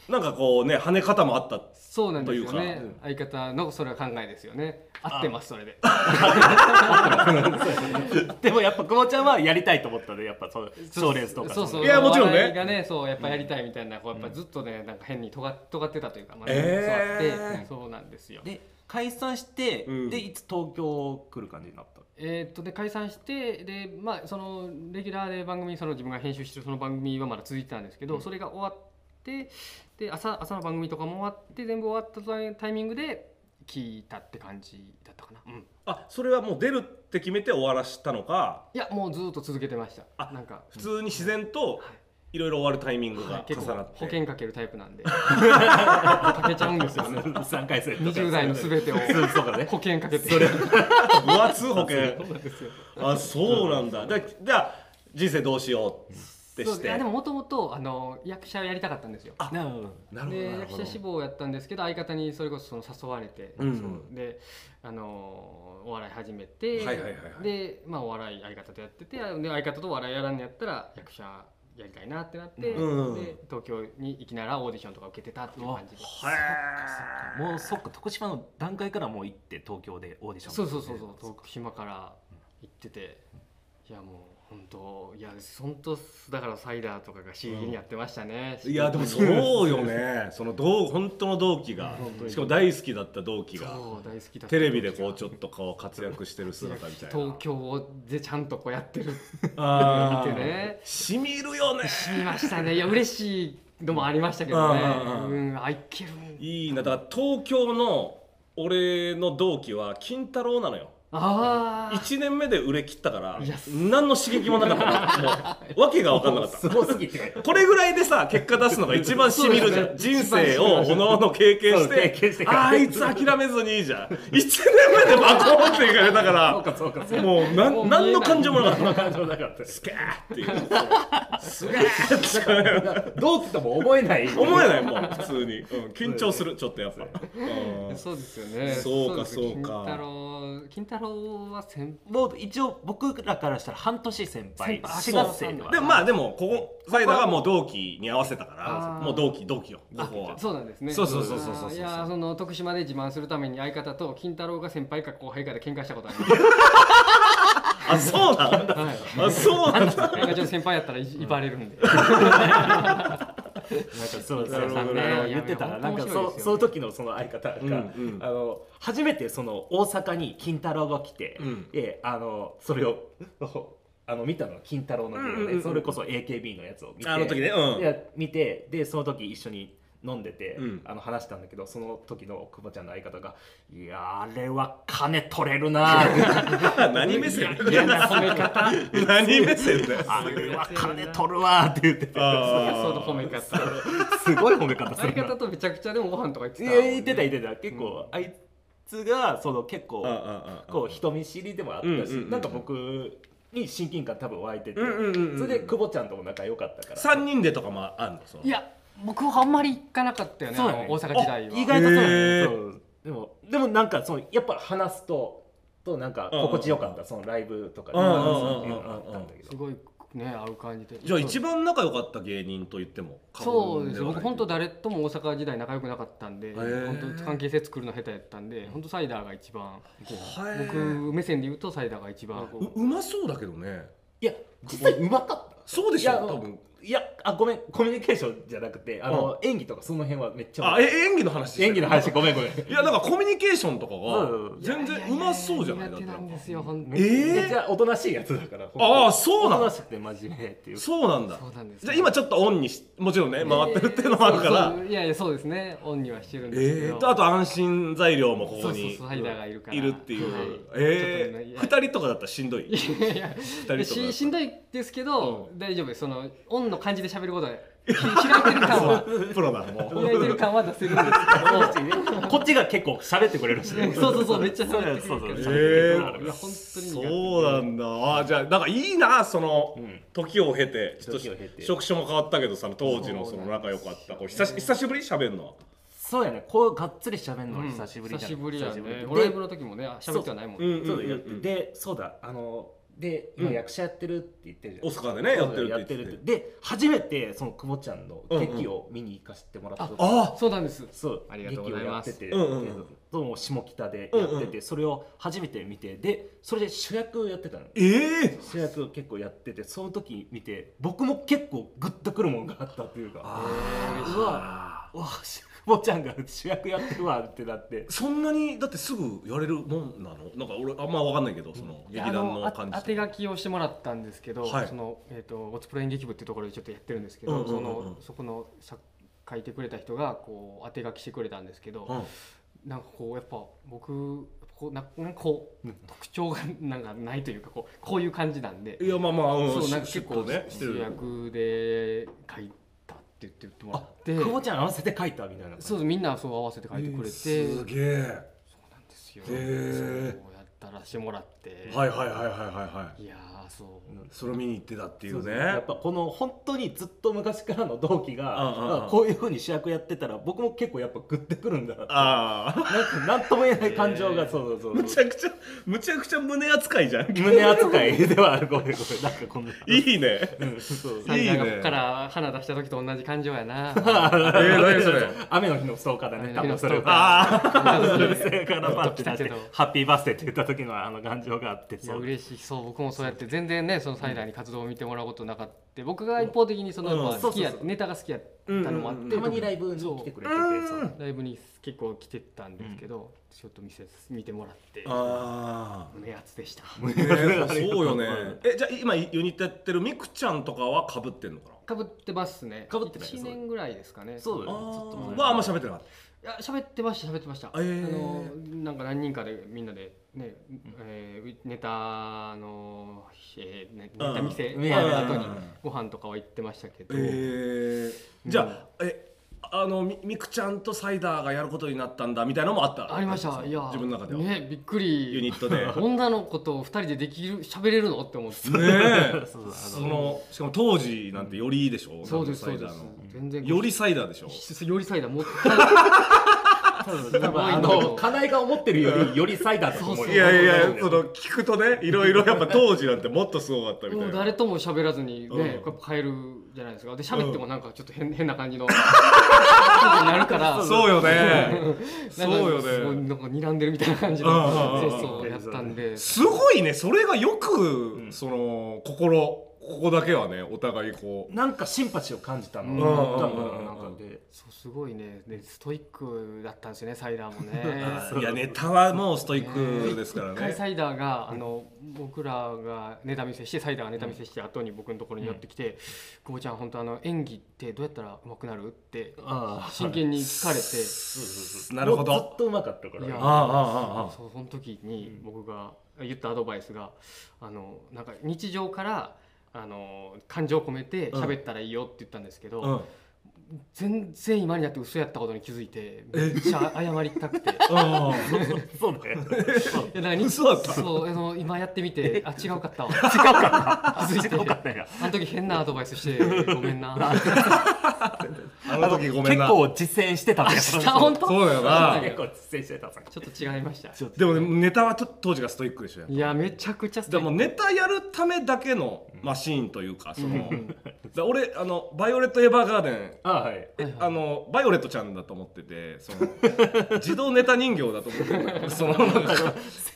[SPEAKER 1] なんかこうね跳ね方もあった
[SPEAKER 3] そうなんですよ
[SPEAKER 1] という
[SPEAKER 3] ね相方のそれは考えですよね合ってますそれで
[SPEAKER 4] でもやっぱ久保ちゃんはやりたいと思ったでやっぱそう賞レースとか
[SPEAKER 3] そうそう
[SPEAKER 1] いやもちろんね
[SPEAKER 3] お笑いがねそうやっぱやりたいみたいなこうやっぱずっとねなんか変に尖っ尖ってたというかまあ
[SPEAKER 1] えー
[SPEAKER 3] そうあってそうなんですよ
[SPEAKER 4] で解散して、
[SPEAKER 1] うん
[SPEAKER 4] でいつ東京来る感じになった
[SPEAKER 3] えーっとで解散してでまあそのレギュラーで番組その自分が編集してるその番組はまだ続いてたんですけどそれが終わってで朝朝の番組とかも終わって全部終わったタイミングで聞いたって感じだったかなうん
[SPEAKER 1] あそれはもう出るって決めて終わらしたのか
[SPEAKER 3] いやもうずっと続けてました
[SPEAKER 1] あ
[SPEAKER 3] なんか
[SPEAKER 1] 普通に自然といろいろ終わるタイミングが重
[SPEAKER 3] 結構
[SPEAKER 1] なって、
[SPEAKER 3] 保険かけるタイプなんでかけちゃうんですよね
[SPEAKER 4] 3回戦とか
[SPEAKER 3] 20代の全てを
[SPEAKER 4] そうそうかね
[SPEAKER 3] 保険かけてそれ
[SPEAKER 1] 分厚い保険
[SPEAKER 3] ですよ
[SPEAKER 1] あそうなんだだじゃあ人生どうしようって
[SPEAKER 3] そ
[SPEAKER 1] し
[SPEAKER 3] うい
[SPEAKER 1] て
[SPEAKER 3] やでももともとあの役者をやりたかったんですよ
[SPEAKER 4] なるほど
[SPEAKER 1] な
[SPEAKER 3] で役者志望をやったんですけど相方にそれこそその誘われて、
[SPEAKER 1] うん
[SPEAKER 3] そうであのお笑い始めて、
[SPEAKER 1] はいはいはいはい
[SPEAKER 3] で、まあ、お笑い相方とやっててで相方とお笑いやらんのやったら役者やりたいなってなって、
[SPEAKER 1] うん
[SPEAKER 3] で東京に行きながらオーディションとか受けてたっていう感じで
[SPEAKER 1] へ
[SPEAKER 4] もうそっか徳島の段階からもう行って東京でオーディション
[SPEAKER 3] そうそうそうそう徳島から行ってていやもう本当いや本当だからサイダーとかが刺激にやってましたね、
[SPEAKER 1] えいやでもそうよねその同本当の同期がしかも大好きだった同期が
[SPEAKER 3] そう大好きだった
[SPEAKER 1] テレビでこうちょっとこう活躍してる姿みたいな
[SPEAKER 3] 東京でちゃんとこうやってる
[SPEAKER 1] あ
[SPEAKER 3] ってね
[SPEAKER 1] しみるよね
[SPEAKER 3] 見ましたねいや嬉しいのもありましたけどね
[SPEAKER 1] うんうん
[SPEAKER 3] うんあいけるん
[SPEAKER 1] いいなだから東京の俺の同期は金太郎なのよ
[SPEAKER 3] ああ
[SPEAKER 1] 1年目で売れ切ったから
[SPEAKER 3] いや
[SPEAKER 1] 何の刺激もなかったのもう訳が分かんなかった
[SPEAKER 4] すごすぎて
[SPEAKER 1] これぐらいでさ結果出すのが 一番しみるじゃん、人生をおのおの経験
[SPEAKER 4] そう経
[SPEAKER 1] し
[SPEAKER 4] 験
[SPEAKER 1] て
[SPEAKER 4] してから
[SPEAKER 1] あいつ諦めずにいいじゃん1年目でバコーンっていかれた
[SPEAKER 4] そう
[SPEAKER 1] か
[SPEAKER 4] かそうから
[SPEAKER 1] もうなん何の感情もなかった
[SPEAKER 4] 感情なかった
[SPEAKER 1] スケーっていう
[SPEAKER 4] 同期とも思えない
[SPEAKER 1] 思えないもん普通に、うん、緊張するちょっとやっぱ、うん
[SPEAKER 3] そうですよね
[SPEAKER 1] そうか
[SPEAKER 3] です
[SPEAKER 1] そうか
[SPEAKER 3] 金太郎金太郎は先
[SPEAKER 4] もう一応僕らからしたら半年先輩
[SPEAKER 3] 先
[SPEAKER 4] 4
[SPEAKER 3] 輩
[SPEAKER 4] 月生では
[SPEAKER 1] でもまあでもここサイダーがもう同期に合わせたか
[SPEAKER 3] あ
[SPEAKER 1] ら
[SPEAKER 3] ー
[SPEAKER 1] もう同期同期よこ
[SPEAKER 3] あ
[SPEAKER 1] こは
[SPEAKER 3] そうなんですね
[SPEAKER 1] そうそうそうそうそうそう
[SPEAKER 3] あーいやーその徳島で自慢するために相方と金太郎が先輩か後輩かで喧嘩したことあります
[SPEAKER 1] あそうなんだ
[SPEAKER 3] はい
[SPEAKER 1] あそう なんだ
[SPEAKER 3] なんかちょっと先輩やったらいいばれるんで。
[SPEAKER 4] なんかそうです
[SPEAKER 1] なるほどね
[SPEAKER 4] ね言ってたらなんか
[SPEAKER 3] いや
[SPEAKER 4] そ
[SPEAKER 3] いや本当面白いですよ
[SPEAKER 4] う
[SPEAKER 3] ね
[SPEAKER 4] その時のその相方が、
[SPEAKER 1] うんうん
[SPEAKER 4] あの初めてその大阪に金太郎が来て、
[SPEAKER 1] うん
[SPEAKER 4] えあのそれを あの見たのは金太郎の動画で、
[SPEAKER 1] うんうんうん
[SPEAKER 4] それこそ AKB のやつを見て
[SPEAKER 1] あの時ねうん
[SPEAKER 4] で見てでその時一緒に飲んでて、
[SPEAKER 1] うん
[SPEAKER 4] あの話したんだけどその時の久保ちゃんの相方が「いやーあれは金取れ るなー
[SPEAKER 1] 何目線
[SPEAKER 3] 嫌な褒め方。
[SPEAKER 1] 何目線だよ
[SPEAKER 4] あれは金取るわ」って言ってて
[SPEAKER 3] その褒め方。
[SPEAKER 4] すごい褒め方す
[SPEAKER 3] 相
[SPEAKER 4] るな
[SPEAKER 3] 方とめちゃくちゃでもご飯とか行って
[SPEAKER 4] い
[SPEAKER 3] た。
[SPEAKER 4] や言ってた言ってた結構、あいつがその結構、
[SPEAKER 1] あああ
[SPEAKER 4] こう人見知りでもあったし、
[SPEAKER 1] うんうんうんうん
[SPEAKER 4] なんか僕に親近感多分湧いてて、
[SPEAKER 1] うんうんうんうん
[SPEAKER 4] それで久保ちゃんとも仲良かったから
[SPEAKER 1] 3人でとかもあんのその
[SPEAKER 3] いや、僕はあんまり行かなかったよね。あ
[SPEAKER 4] そうだね
[SPEAKER 3] の大阪時代は。
[SPEAKER 4] 意外とそう,、
[SPEAKER 1] へー
[SPEAKER 4] そうでもでもなんかそのやっぱ話すととなんか心地よかった、そのライブとかで
[SPEAKER 1] うんうん
[SPEAKER 4] 話すっていうのがあったんだけ
[SPEAKER 3] す
[SPEAKER 4] ど、
[SPEAKER 3] ごいね、合う感じで。
[SPEAKER 1] じゃあ一番仲良かった芸人と言っても過言
[SPEAKER 3] そうです
[SPEAKER 1] はない
[SPEAKER 3] 僕本当誰とも大阪時代仲良くなかったんで
[SPEAKER 1] ー
[SPEAKER 3] 本当関係性作るの下手やったんで本当サイダーが一番こう
[SPEAKER 1] へー
[SPEAKER 3] 僕目線で言うとサイダーが一番こう
[SPEAKER 1] ううまそうだけどね
[SPEAKER 4] いや実際うまかった
[SPEAKER 1] そうで
[SPEAKER 4] い
[SPEAKER 1] しょ
[SPEAKER 4] やあの
[SPEAKER 1] 多分
[SPEAKER 4] いやあごめんコミュニケーションじゃなくてあの、演技とかその辺はめっちゃ
[SPEAKER 1] あえ演技の話でした
[SPEAKER 4] 演技の話ごめんごめん
[SPEAKER 1] いやなんかコミュニケーションとか
[SPEAKER 4] うん
[SPEAKER 1] が全然うまそうじゃない
[SPEAKER 3] 苦
[SPEAKER 1] だっ
[SPEAKER 3] 手
[SPEAKER 1] て
[SPEAKER 3] なんですよ本当
[SPEAKER 1] え
[SPEAKER 3] に
[SPEAKER 4] めっち
[SPEAKER 1] ー
[SPEAKER 4] ゃおとなしいやつだから
[SPEAKER 1] ああそうな
[SPEAKER 4] おと
[SPEAKER 1] の
[SPEAKER 4] なしくて真面目っていう
[SPEAKER 1] そうなんだ
[SPEAKER 3] そうなんです
[SPEAKER 1] じゃあ今ちょっとオンにしもちろんね回ってるっていうのもあるか
[SPEAKER 3] そう
[SPEAKER 1] ら
[SPEAKER 3] そういやいやそうですねオンにはしてるんですけ
[SPEAKER 1] え
[SPEAKER 3] ど、
[SPEAKER 1] ーとあと安心材料もここ
[SPEAKER 3] そうそう
[SPEAKER 1] に
[SPEAKER 3] そうハイダーがいるから
[SPEAKER 1] いるっていう
[SPEAKER 3] はいちょっと
[SPEAKER 1] え
[SPEAKER 3] ねい
[SPEAKER 1] え
[SPEAKER 3] や
[SPEAKER 1] 2人とかだったらしんどい
[SPEAKER 3] いやいや
[SPEAKER 1] 人とか
[SPEAKER 3] ししんどいですけど、
[SPEAKER 1] う
[SPEAKER 3] 大丈夫ですそのオンの感じで喋ることはひ開いて る感は
[SPEAKER 1] プロだ もう
[SPEAKER 3] 開いてる感は出せるんです
[SPEAKER 4] こっちが結構喋ってくれるし
[SPEAKER 3] けど
[SPEAKER 4] ね
[SPEAKER 3] そうそうそうめっちゃ喋ってくるけど
[SPEAKER 1] そうそうえ
[SPEAKER 3] いや本当に苦手
[SPEAKER 1] そうなんだあじゃあなんかいいなその
[SPEAKER 4] ん
[SPEAKER 1] 時を経てちょっと
[SPEAKER 4] 時を経て
[SPEAKER 1] 職種も変わったけどさ当時のその仲良かったこう久し久しぶり喋るのは
[SPEAKER 4] そうやねこうがっつり喋るのは久しぶり
[SPEAKER 3] 久
[SPEAKER 4] じゃ
[SPEAKER 3] し
[SPEAKER 4] ん
[SPEAKER 3] ぶりやね
[SPEAKER 4] で
[SPEAKER 3] ごライブの時もねあ喋ってはないもん、
[SPEAKER 1] うん
[SPEAKER 4] そうだよ
[SPEAKER 1] うんうん
[SPEAKER 4] でそうだあので今役者やってるって言ってるじゃん
[SPEAKER 1] オスカーでねやってる
[SPEAKER 4] や
[SPEAKER 1] っ
[SPEAKER 4] って
[SPEAKER 1] て言
[SPEAKER 4] る
[SPEAKER 1] っ
[SPEAKER 4] ってて
[SPEAKER 1] て
[SPEAKER 4] で初めてその久保ちゃんの劇を見に行かせてもらった時
[SPEAKER 1] あ
[SPEAKER 3] そうなんです
[SPEAKER 4] そう
[SPEAKER 3] ありがとうございます
[SPEAKER 4] 劇を
[SPEAKER 1] う
[SPEAKER 4] や
[SPEAKER 1] ん
[SPEAKER 4] っ
[SPEAKER 1] う
[SPEAKER 4] て
[SPEAKER 1] ん
[SPEAKER 4] てどうも下北でやって
[SPEAKER 1] うんう
[SPEAKER 4] てそれを初めて見てでそれで主役をやってたの
[SPEAKER 1] ええ
[SPEAKER 4] 主役を結構やっててその時見て僕も結構グッとくるもんがあったというかうわうわしもちゃんが 主役やってるわってなって
[SPEAKER 1] そんなにだってすぐやれるもんなのなんか俺あんま分かんないけどその劇団
[SPEAKER 3] あ
[SPEAKER 1] の
[SPEAKER 3] あ
[SPEAKER 1] 感じ
[SPEAKER 3] 当て書きをしてもらったんですけど、
[SPEAKER 1] はい
[SPEAKER 3] そのえっ、とオツプロ演劇部っていうところでちょっとやってるんですけど、
[SPEAKER 1] うんうんうん
[SPEAKER 3] そ
[SPEAKER 1] うん
[SPEAKER 3] のそこの作書いてくれた人がこう当て書きしてくれたんですけど、
[SPEAKER 1] うん
[SPEAKER 3] なんかこうやっぱ僕こうななんかこう特徴がなんかないというかこうこういう感じなんで、
[SPEAKER 1] いやまあまあうん
[SPEAKER 3] そう
[SPEAKER 1] し
[SPEAKER 3] なんか結
[SPEAKER 1] し
[SPEAKER 3] 構
[SPEAKER 1] っとねして
[SPEAKER 3] 主
[SPEAKER 1] る
[SPEAKER 3] 役で書いたって言って言ってもらって
[SPEAKER 4] 久保ちゃん合わせて書いたみたいな
[SPEAKER 3] そうですみんなそう合わせて書いてくれて、
[SPEAKER 1] すげえ
[SPEAKER 3] そうなんですよ、
[SPEAKER 1] へー
[SPEAKER 3] そうやったらしてもらって、
[SPEAKER 1] はいはいはいはいはいはい
[SPEAKER 3] い、やーそう。
[SPEAKER 1] それを見に行ってたってい
[SPEAKER 4] そうう
[SPEAKER 1] ね
[SPEAKER 4] ね、やっぱこの本当にずっと昔からの同期
[SPEAKER 1] うんうんうん
[SPEAKER 4] があこういうふうに主役やってたら僕も結構やっぱグッてくるんだなって
[SPEAKER 1] ああ
[SPEAKER 4] なんかなんとも言えない感情がそうそ う
[SPEAKER 1] む
[SPEAKER 4] そ
[SPEAKER 1] ちゃくちゃむちゃくちゃ胸扱いじゃん
[SPEAKER 4] う胸扱いではあるごめんごめんなんかこんない
[SPEAKER 1] いね
[SPEAKER 4] うんそう
[SPEAKER 3] サイダーが
[SPEAKER 1] いいね
[SPEAKER 3] こっから花出した時と同じ感情やな。
[SPEAKER 1] えー、何それ
[SPEAKER 4] 雨の日のストーカーだね多分それは
[SPEAKER 1] あ
[SPEAKER 4] それでからパッて出し
[SPEAKER 3] け
[SPEAKER 4] て
[SPEAKER 3] ど
[SPEAKER 4] ハッピーバースデーって言った時のあの感情があって
[SPEAKER 3] いや
[SPEAKER 4] そう
[SPEAKER 3] 嬉しいそう僕もそうやって全然ねそのサイダーに活動を見てもらうことなかった僕が一方的にその
[SPEAKER 1] うん
[SPEAKER 3] やっぱ好きや
[SPEAKER 4] そうそうそう
[SPEAKER 3] ネタが好きやったのもあっ
[SPEAKER 1] うんうんう
[SPEAKER 3] て
[SPEAKER 1] ん
[SPEAKER 4] たまにライブに来てくれててそう
[SPEAKER 3] ライブに結構来てたんですけどちょっと見せ見てもらって
[SPEAKER 1] ーあ
[SPEAKER 3] 胸熱でした
[SPEAKER 1] ー、 ね、そう よねえじゃあ今ユニットやってるみくちゃんとかはかぶってんのかな
[SPEAKER 3] かぶってますね
[SPEAKER 4] 被ってない
[SPEAKER 3] 1年ぐらいですかね
[SPEAKER 4] そうだよねちょっと
[SPEAKER 1] あ
[SPEAKER 4] 前
[SPEAKER 1] ーはあんま喋ってなかっ
[SPEAKER 3] いや喋ってました喋ってました、
[SPEAKER 1] えー
[SPEAKER 3] あのなんか何人かでみんなでね、えーネタの、えーねネタ見せ
[SPEAKER 4] うん
[SPEAKER 3] やる後
[SPEAKER 1] う
[SPEAKER 3] に
[SPEAKER 1] ん
[SPEAKER 3] ご飯とかは行ってましたけど、
[SPEAKER 1] えー、じゃあ、えあのみみくちゃんとサイダーがやることになったんだみたいなのもあった
[SPEAKER 3] ありましたいや
[SPEAKER 1] 自分の中では、
[SPEAKER 3] ねびっく
[SPEAKER 1] ユニ
[SPEAKER 3] り
[SPEAKER 1] ット で
[SPEAKER 3] 女の子と二人でできる喋れるのって思って
[SPEAKER 1] ねえ
[SPEAKER 4] そうそう
[SPEAKER 1] そのしかも当時なんてよりでしょ
[SPEAKER 3] そうです
[SPEAKER 1] サ
[SPEAKER 3] そう
[SPEAKER 1] イ
[SPEAKER 3] で
[SPEAKER 1] ダー
[SPEAKER 3] す
[SPEAKER 1] の
[SPEAKER 3] 全然
[SPEAKER 1] よりサイダーでしょ
[SPEAKER 3] よりサイダーもったい
[SPEAKER 4] 多分あの金井が思ってるよりよりサイダーだと思うよ
[SPEAKER 1] いやいやその聞くとねいろい ろやっぱ当時なんてもっとすごかったみた
[SPEAKER 3] も
[SPEAKER 1] いうな
[SPEAKER 3] 誰とも喋らずに
[SPEAKER 1] うん
[SPEAKER 3] ね、やっぱ帰るじゃないですかで喋ってもなんかちょっと変,、変 な感じの感じになるから
[SPEAKER 1] そうよね
[SPEAKER 3] な
[SPEAKER 1] そ
[SPEAKER 3] ん
[SPEAKER 1] う
[SPEAKER 3] か
[SPEAKER 1] よ
[SPEAKER 3] すごい
[SPEAKER 1] ね
[SPEAKER 3] なんか睨んでるみたいな感じ
[SPEAKER 1] うん
[SPEAKER 3] の
[SPEAKER 1] うんうん
[SPEAKER 3] セッをやったんで。
[SPEAKER 1] すごいねそれがよく、その心ここだけはねお互いこう
[SPEAKER 4] なんかシンパシーを感じたの
[SPEAKER 3] うん
[SPEAKER 4] 多分なんかで
[SPEAKER 3] そうすごいねでストイックだったんですよねサイダーもね
[SPEAKER 1] いやネタはもうストイックですから
[SPEAKER 3] 一回
[SPEAKER 1] ね
[SPEAKER 3] サイダーがあの僕らがネタ見せしてサイダーがネタ見せして後に僕のところにやってきて「久保ちゃん本当あの演技ってどうやったら上手くなる?」って
[SPEAKER 4] ああ
[SPEAKER 3] 真剣に聞かれて。
[SPEAKER 1] なるほ
[SPEAKER 4] もうずっ
[SPEAKER 1] ど
[SPEAKER 4] とうまかったから
[SPEAKER 3] いや
[SPEAKER 1] ああああああ
[SPEAKER 3] そうその時に僕が言ったアドバイスがあのなんか日常からあの感情を込めて喋ったらいいよって言ったんですけど、
[SPEAKER 1] うん
[SPEAKER 3] 全然今になって嘘やったことに気づいてめっちゃ謝りたくて いや
[SPEAKER 4] そうだよ
[SPEAKER 3] だからに
[SPEAKER 1] 嘘だった
[SPEAKER 3] そうあの今やって みてあ違うかったわ違うかった気づいてあの時変なアドバイスして ごめんな
[SPEAKER 1] あの時ごめん
[SPEAKER 4] 結
[SPEAKER 1] な
[SPEAKER 4] 構実践してたんだよ
[SPEAKER 3] した本当
[SPEAKER 1] そうだよな
[SPEAKER 4] 結構実践してたさ
[SPEAKER 3] ちょっと違いました
[SPEAKER 4] ちょっ
[SPEAKER 1] でもねネタはと当時がストイックでしょ
[SPEAKER 3] いやめちゃくちゃス
[SPEAKER 1] で
[SPEAKER 3] トイ
[SPEAKER 1] も
[SPEAKER 3] ッ
[SPEAKER 1] うネタやるためだけのマシーンというかそのだ俺あのバイオレット・エヴァーガーデン
[SPEAKER 4] あはい
[SPEAKER 3] クはい
[SPEAKER 1] あ
[SPEAKER 3] はい
[SPEAKER 1] のバイオレットちゃんだと思っててその自動ネタ人形だと思ってんだよそのなんか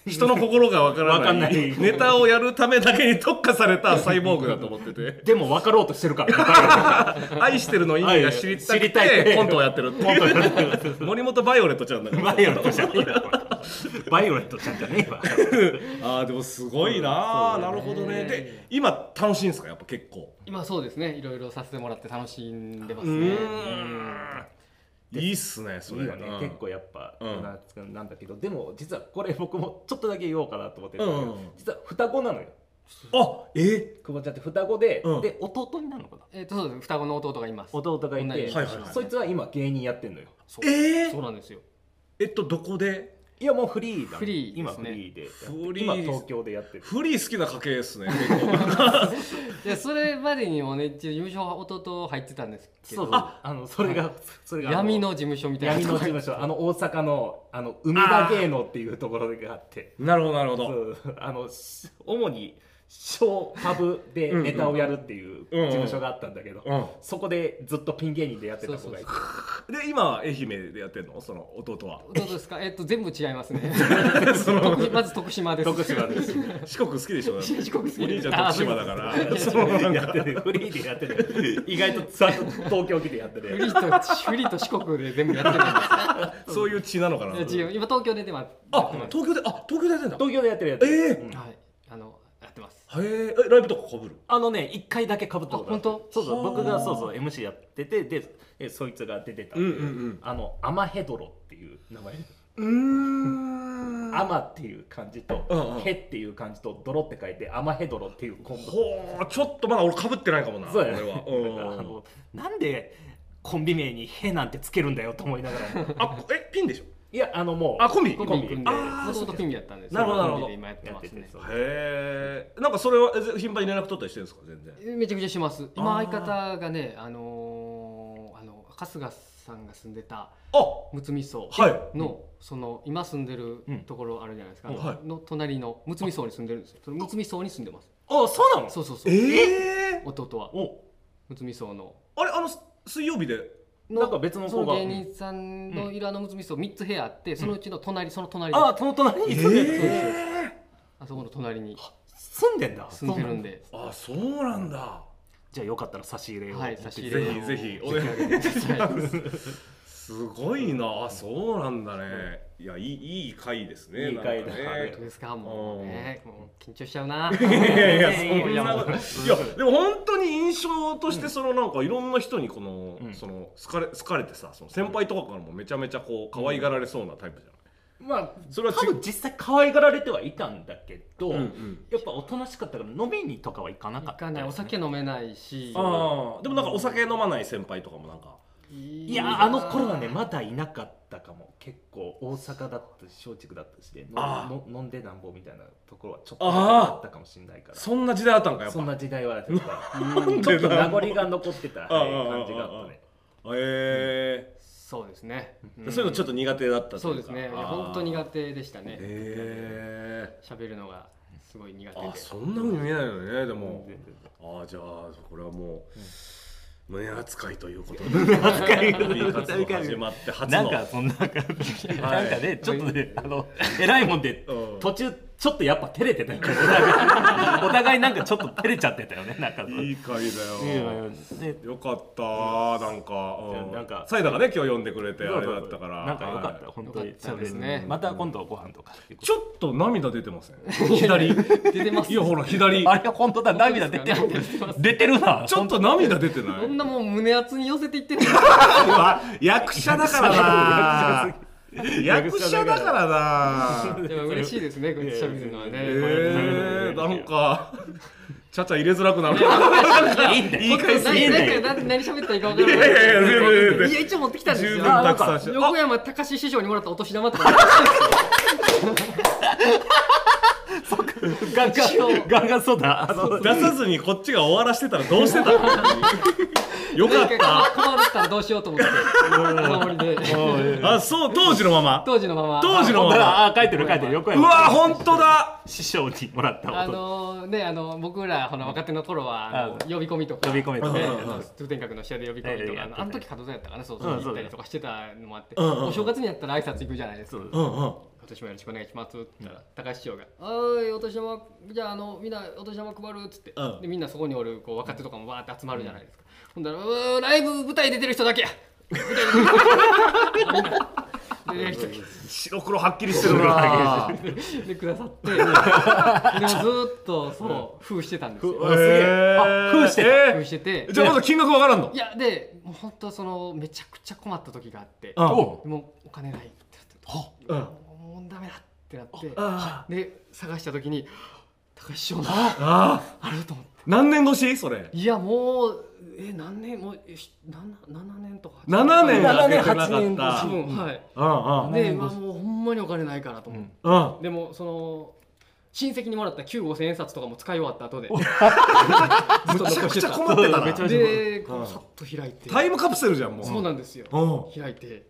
[SPEAKER 1] 人の心がわから
[SPEAKER 4] わかん
[SPEAKER 1] な
[SPEAKER 4] ないい
[SPEAKER 1] ネタをやるためだけに特化されたサイボーグだと思ってて
[SPEAKER 4] でも分かろうとしてるから
[SPEAKER 1] 愛してるの意味が知りたく
[SPEAKER 4] はい知りたい
[SPEAKER 1] てコントをやってるっていう森本バイオレットちゃんだから
[SPEAKER 4] バイオレットちゃんねえわバイオレットちゃんじゃねえわ
[SPEAKER 1] あーでもすごいな、あなるほどねで今楽しいんですかやっぱ結構
[SPEAKER 3] 今そうですねいろいろさせてもらって楽しんでます
[SPEAKER 1] う
[SPEAKER 3] ね
[SPEAKER 1] ーんいいっすねそ
[SPEAKER 4] いい
[SPEAKER 1] れ
[SPEAKER 4] よね、
[SPEAKER 1] うん
[SPEAKER 4] 結構やっぱ、
[SPEAKER 1] うん
[SPEAKER 4] なんなんだけどでも実はこれ僕もちょっとだけ言おうかなと思ってるんだけど、
[SPEAKER 1] うんうん
[SPEAKER 4] 実は双子なのよ
[SPEAKER 1] あえ
[SPEAKER 4] 久保ちゃんって双子で、
[SPEAKER 1] うん
[SPEAKER 4] で弟になるのかな
[SPEAKER 3] えっとそうです双子の弟がいます
[SPEAKER 4] 弟がいて、
[SPEAKER 3] 同じ
[SPEAKER 1] はいはいはい
[SPEAKER 4] そいつは今芸人やってんのよ
[SPEAKER 3] そう
[SPEAKER 1] え
[SPEAKER 3] そ
[SPEAKER 1] ー
[SPEAKER 3] うなんですよ
[SPEAKER 1] えっとどこで
[SPEAKER 4] いやもうフリーだね
[SPEAKER 3] フリー
[SPEAKER 4] 今
[SPEAKER 3] です
[SPEAKER 4] フ
[SPEAKER 3] ね
[SPEAKER 4] リーでやって
[SPEAKER 1] フリー
[SPEAKER 4] 今東京でやってる
[SPEAKER 1] フリー好きな家系ですね結構
[SPEAKER 3] でそれまでにもね一応事務所は弟入ってたんですけ
[SPEAKER 4] そう
[SPEAKER 3] ど
[SPEAKER 4] そうああのそれが、それがあ
[SPEAKER 3] 闇の事務所みたいな
[SPEAKER 4] 闇の
[SPEAKER 3] と
[SPEAKER 4] 事
[SPEAKER 3] こに
[SPEAKER 4] 務所あの大阪のあの梅田芸能っていうところがあって
[SPEAKER 1] なるほどなるほど
[SPEAKER 4] そうあのし主に小パブでネタをやるっていう
[SPEAKER 1] うんうん
[SPEAKER 4] 事務所があったんだけど、
[SPEAKER 1] うん
[SPEAKER 4] そこでずっとピン芸人でやってた子がいて
[SPEAKER 1] で今は愛媛でやってんのその弟は
[SPEAKER 3] どうですかえっと全部違います ね徳まず徳島です
[SPEAKER 4] 徳島です
[SPEAKER 1] 四国好きでしょだって
[SPEAKER 3] 四国好きです
[SPEAKER 1] お兄ちゃん徳島だからそのなん
[SPEAKER 4] やっててフリーでやってて意外とちゃんと東京来てやって
[SPEAKER 3] フ
[SPEAKER 4] て
[SPEAKER 3] リーとフリーと四国で全部やって る
[SPEAKER 1] そういう血なのかなん
[SPEAKER 3] ですいや違う今東京ででもやって
[SPEAKER 1] あ
[SPEAKER 3] ます
[SPEAKER 1] 東京であ東京でやってんだ
[SPEAKER 4] 東京でやってるやつ、
[SPEAKER 1] ええ
[SPEAKER 4] うん
[SPEAKER 3] はいあのやってます
[SPEAKER 1] へええライブとか被る
[SPEAKER 4] あのね一回だけかぶったことある
[SPEAKER 3] あ本当
[SPEAKER 4] そうそう
[SPEAKER 1] はあ
[SPEAKER 4] 僕がそうそう MC やっててでえそいつが出てたんで、
[SPEAKER 1] うんうんうん
[SPEAKER 4] あのアマヘドロっていう名前
[SPEAKER 1] うーん
[SPEAKER 4] アマっていう漢字と、
[SPEAKER 1] うんうん
[SPEAKER 4] ヘっていう漢字とドロって書いてアマヘドロっていうコンビ
[SPEAKER 1] ほうちょっとまだ俺被ってないかもな
[SPEAKER 4] そう
[SPEAKER 1] 俺
[SPEAKER 4] やね
[SPEAKER 1] は
[SPEAKER 4] あ
[SPEAKER 1] うん
[SPEAKER 4] のなんでコンビ名に「へ」なんてつけるんだよと思いながら
[SPEAKER 1] あこえピンでしょ
[SPEAKER 4] いやあのもう
[SPEAKER 1] あコンビ
[SPEAKER 3] コン
[SPEAKER 1] コン
[SPEAKER 3] ビ
[SPEAKER 1] ビ
[SPEAKER 3] 組んで
[SPEAKER 1] あ
[SPEAKER 3] も
[SPEAKER 1] ー
[SPEAKER 3] ともとピンやったんです
[SPEAKER 1] なるほどなるほど
[SPEAKER 3] コンビで今やってますね
[SPEAKER 4] そう
[SPEAKER 1] へえんかそれはえぜ頻繁に連絡取ったりしてるんですか全然
[SPEAKER 3] めちゃくちゃします今
[SPEAKER 1] あー
[SPEAKER 3] 相方がねあのーあの春日さんが住んでた
[SPEAKER 1] あ
[SPEAKER 3] むつみ荘
[SPEAKER 1] はい
[SPEAKER 3] の、その今住んでるところあるじゃないですか、
[SPEAKER 1] うんはい
[SPEAKER 3] の隣のむつみ荘に住んでるんですよそのむつみ荘に住んでます
[SPEAKER 4] あそうなの
[SPEAKER 3] そうそうそう
[SPEAKER 1] ええ
[SPEAKER 3] 弟は
[SPEAKER 4] お
[SPEAKER 3] むつみ荘の
[SPEAKER 1] あれあのす水曜日で
[SPEAKER 3] の
[SPEAKER 4] なんか別の子が
[SPEAKER 3] そ芸人さんのいるあのむつみ荘3つ部屋あって、そのうちの隣その隣で
[SPEAKER 4] あその隣に住んでる、
[SPEAKER 1] え
[SPEAKER 3] あそこの隣に
[SPEAKER 4] 住んでんだ
[SPEAKER 3] 住んでるんで
[SPEAKER 1] あそうなんだ
[SPEAKER 4] じゃあよかったら差し入れを
[SPEAKER 3] はい差し入
[SPEAKER 1] ぜ
[SPEAKER 3] れを
[SPEAKER 1] ひぜひお願い
[SPEAKER 3] はい
[SPEAKER 1] すごいなあそうなんだねいやいいいい回ですね
[SPEAKER 4] いい回だ
[SPEAKER 1] なんか
[SPEAKER 4] は
[SPEAKER 1] ね
[SPEAKER 4] い
[SPEAKER 3] 当ですかもうねもう緊張しちゃ うな
[SPEAKER 1] いやいや、そ
[SPEAKER 3] いやいや
[SPEAKER 1] んなこと。
[SPEAKER 3] もう
[SPEAKER 1] いや、でも本当に印象として、そのなんかいろんな人にこの、その好かれ、好かれてさ、その先輩とかからもめちゃめちゃこう可愛がられそうなタイプじゃない。
[SPEAKER 4] まあ
[SPEAKER 1] それは
[SPEAKER 4] 多
[SPEAKER 1] 違う
[SPEAKER 4] 分実際可愛がられてはいたんだけど、
[SPEAKER 1] うんうん
[SPEAKER 4] やっぱおとなしかったから飲みにとかは行かなか
[SPEAKER 3] 行
[SPEAKER 4] ったで
[SPEAKER 3] か
[SPEAKER 4] すね、
[SPEAKER 3] ないお酒飲めないし
[SPEAKER 1] ああ、でもなんかお酒飲まない先輩とかもなんか。
[SPEAKER 3] い
[SPEAKER 4] いやあの頃はねまだいなかったかも結構大阪だったし松竹だったしで、
[SPEAKER 1] ああ
[SPEAKER 4] のの飲んでなんぼみたいなところはちょっと
[SPEAKER 1] ああ
[SPEAKER 4] あったかもしれないから
[SPEAKER 1] そんな時代あったんか、やっ
[SPEAKER 4] そん
[SPEAKER 1] ぱ。
[SPEAKER 4] な時代はちょっと
[SPEAKER 1] ん
[SPEAKER 4] ち
[SPEAKER 1] で
[SPEAKER 4] ょっ
[SPEAKER 1] だ
[SPEAKER 4] と名残が残ってたはい
[SPEAKER 1] ああああ
[SPEAKER 4] 感じがあったね
[SPEAKER 1] ええ
[SPEAKER 3] そうですね、
[SPEAKER 1] ー、そういうのちょっと苦手だったといか。
[SPEAKER 3] そうですねいや本当
[SPEAKER 1] 手。
[SPEAKER 3] 苦手でしたね
[SPEAKER 1] ええ
[SPEAKER 3] 喋るのがすごい苦手で
[SPEAKER 1] ー。あ、そんな風に見えないよね、でも。
[SPEAKER 4] 全然
[SPEAKER 1] ああ、じゃあ、これはもう。胸扱いということで。胸扱い。始まって初の。
[SPEAKER 4] なんかそんな感じ、
[SPEAKER 1] はい
[SPEAKER 4] なんかねちょっとねあの偉いもんで
[SPEAKER 1] うん
[SPEAKER 4] 途中ちょっとやっぱ照れてたよねお互いお互いなんかちょっと照れちゃってたよねなんかその
[SPEAKER 1] いい回だよ。
[SPEAKER 4] ね
[SPEAKER 1] よかったー、なんか、うん、
[SPEAKER 4] じゃあなんか
[SPEAKER 1] サイダがね、今日呼んでくれて、あれだったから。
[SPEAKER 4] なんか良かった、
[SPEAKER 1] はい
[SPEAKER 4] 本当に
[SPEAKER 3] 良かったですね
[SPEAKER 4] また今度ご飯とかっていうこ
[SPEAKER 1] ち
[SPEAKER 4] と
[SPEAKER 1] ょっと涙出てませ ん。左。
[SPEAKER 3] 出てます
[SPEAKER 1] いや、ほら、左。
[SPEAKER 4] あれ本当だ涙出てる
[SPEAKER 3] 本当ですか
[SPEAKER 4] 出てるな
[SPEAKER 1] ちょっと涙出てな
[SPEAKER 3] こ
[SPEAKER 1] い
[SPEAKER 3] ん。なもう胸熱に寄せていってる
[SPEAKER 1] あ役者だからな。役者だからな。
[SPEAKER 3] でも嬉しいですね、こっち喋るのはね。
[SPEAKER 1] えー、なんか。ちゃちゃ入れづらくなる。
[SPEAKER 4] いいんだよ
[SPEAKER 1] いい回すぎ
[SPEAKER 3] 何
[SPEAKER 1] る。
[SPEAKER 3] 何か何何喋ったらいいか分からない
[SPEAKER 1] いやいやいや全然全然
[SPEAKER 3] いや一応持ってきたんです
[SPEAKER 1] 十
[SPEAKER 3] よ
[SPEAKER 1] 分たくさんし。
[SPEAKER 3] 横
[SPEAKER 1] あ
[SPEAKER 3] 山隆史師匠にもらったお年 玉とか
[SPEAKER 4] ガンガンガンガンそうだあの
[SPEAKER 1] 出さずにこっちが終わらしてたらどうして たのよかった。
[SPEAKER 3] 困ったらどうしようと 思ってお守りで
[SPEAKER 1] あ、そう、当時のまま。
[SPEAKER 3] 当時のまま
[SPEAKER 1] 当時のまま。
[SPEAKER 4] あ書いてる書いてる横
[SPEAKER 1] う
[SPEAKER 4] 山
[SPEAKER 1] わ、本当だ。
[SPEAKER 4] 師匠にもらった
[SPEAKER 3] あ
[SPEAKER 4] 音
[SPEAKER 3] のねあの僕らほら若手の頃はあの
[SPEAKER 4] あ
[SPEAKER 3] 呼び込みとか
[SPEAKER 4] 呼び込みとか
[SPEAKER 3] ね
[SPEAKER 1] うん
[SPEAKER 3] あの通天閣の下で呼び込みとかあのあの時角座やったかなそうそう
[SPEAKER 4] うん
[SPEAKER 3] 行
[SPEAKER 4] そう
[SPEAKER 3] った
[SPEAKER 4] だ
[SPEAKER 3] り
[SPEAKER 4] よ
[SPEAKER 3] とかしてたのもあって
[SPEAKER 1] んうんうん
[SPEAKER 3] お正月にやったら挨拶行くじゃないですか
[SPEAKER 1] うんうん。
[SPEAKER 3] 今年もよろしくお願いしますって言ったら、高橋市長が「おいお年玉じゃああのみんなお年玉配る」っつって、
[SPEAKER 1] うん
[SPEAKER 3] でみんなそこにおるこう若手とかもわーって集まるじゃないですか、ほんだら「うーライブ舞台出てる人だけや!」舞台出てる人
[SPEAKER 1] 白黒はっきりしてるな。
[SPEAKER 3] ででくださってでもずーっとそう封してたんですよ
[SPEAKER 4] わすげえあ封してた
[SPEAKER 1] え
[SPEAKER 3] 封してて
[SPEAKER 1] ー じゃあまだ金額わからんの
[SPEAKER 3] い。やでもう本当そのめちゃくちゃ困った時があって
[SPEAKER 1] あ
[SPEAKER 4] おう
[SPEAKER 3] もうお金ないってなって
[SPEAKER 1] うん
[SPEAKER 3] もうダメだってなって
[SPEAKER 1] あ
[SPEAKER 3] で探した時に高橋師匠のあ
[SPEAKER 1] あ
[SPEAKER 3] ると思って
[SPEAKER 1] 何年越しそれ。
[SPEAKER 3] いやもうえ何年もうえし七七年とか八
[SPEAKER 1] 七年
[SPEAKER 4] 七
[SPEAKER 1] が
[SPEAKER 4] 年
[SPEAKER 1] 出てなかった。
[SPEAKER 3] 多分はい
[SPEAKER 1] うんうん
[SPEAKER 3] でまあもうほんまにお金ないからと思って、
[SPEAKER 1] うん。
[SPEAKER 3] でもその親戚にもらった旧五千円札とかも使い終わった後で
[SPEAKER 1] めちゃくちゃ困ってたな。
[SPEAKER 3] でこうさっと開いて
[SPEAKER 1] タイムカプセルじゃんもう。
[SPEAKER 3] そうなんですよ
[SPEAKER 1] うん。
[SPEAKER 3] 開いて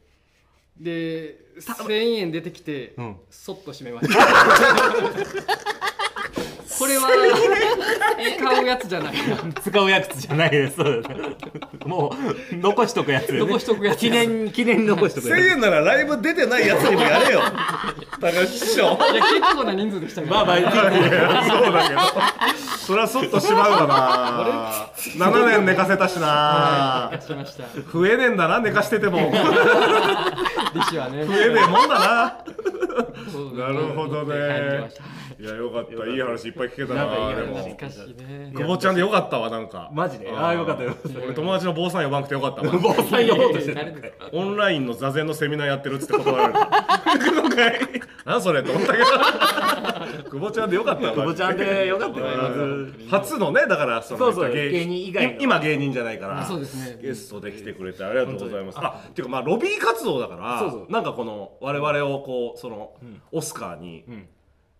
[SPEAKER 3] で1000円出てきて、
[SPEAKER 4] ん
[SPEAKER 3] そっと閉めました これは使うやつじゃない
[SPEAKER 4] 使うやつじゃないですそうだねもう残しとくやつよね
[SPEAKER 3] 残しとくやつ
[SPEAKER 4] 記念記念に残しとくや
[SPEAKER 1] 千円ならライブ出てないやつにもやれ よ。高橋師匠。
[SPEAKER 3] いや結構な人数でした けど、
[SPEAKER 4] まあまあいい
[SPEAKER 1] そうだけど。そりゃそっとしまうわな。七年寝かせたしな。
[SPEAKER 3] しました
[SPEAKER 1] 増えねえんだな寝かしてても増
[SPEAKER 3] 力士はね
[SPEAKER 1] えねえもんだな
[SPEAKER 3] そう
[SPEAKER 1] なるほどね
[SPEAKER 3] 帰ってました
[SPEAKER 1] いやよかったいい話いっぱい聞けた
[SPEAKER 4] なんかいい
[SPEAKER 1] な
[SPEAKER 4] 話
[SPEAKER 1] で
[SPEAKER 4] 聞
[SPEAKER 1] も
[SPEAKER 4] け
[SPEAKER 3] 懐かしいね
[SPEAKER 1] 久保ちゃんでよかったわなんか
[SPEAKER 4] マジでああよかったよかった
[SPEAKER 1] 俺友達の坊さん呼ばなくてよかったわ
[SPEAKER 4] 坊 さん呼ぼうとして
[SPEAKER 3] 誰
[SPEAKER 4] る
[SPEAKER 3] ですか
[SPEAKER 1] オンラインの座禅のセミナーやってるっつって断られるなんか いなんそれって思ったけど久保ちゃんでよかったわ
[SPEAKER 4] 久保ちゃんでよかったよ
[SPEAKER 1] 初のねだからその
[SPEAKER 4] そうそう
[SPEAKER 1] 芸
[SPEAKER 4] 芸人以外の
[SPEAKER 1] い今芸人じゃないか
[SPEAKER 3] あ
[SPEAKER 1] ら
[SPEAKER 3] そうですね
[SPEAKER 1] ゲストで来てくれてありがとうございますあっていうかまあロビー活動だから
[SPEAKER 4] そうそう
[SPEAKER 1] なんかこの我々をこうその、オスカーに、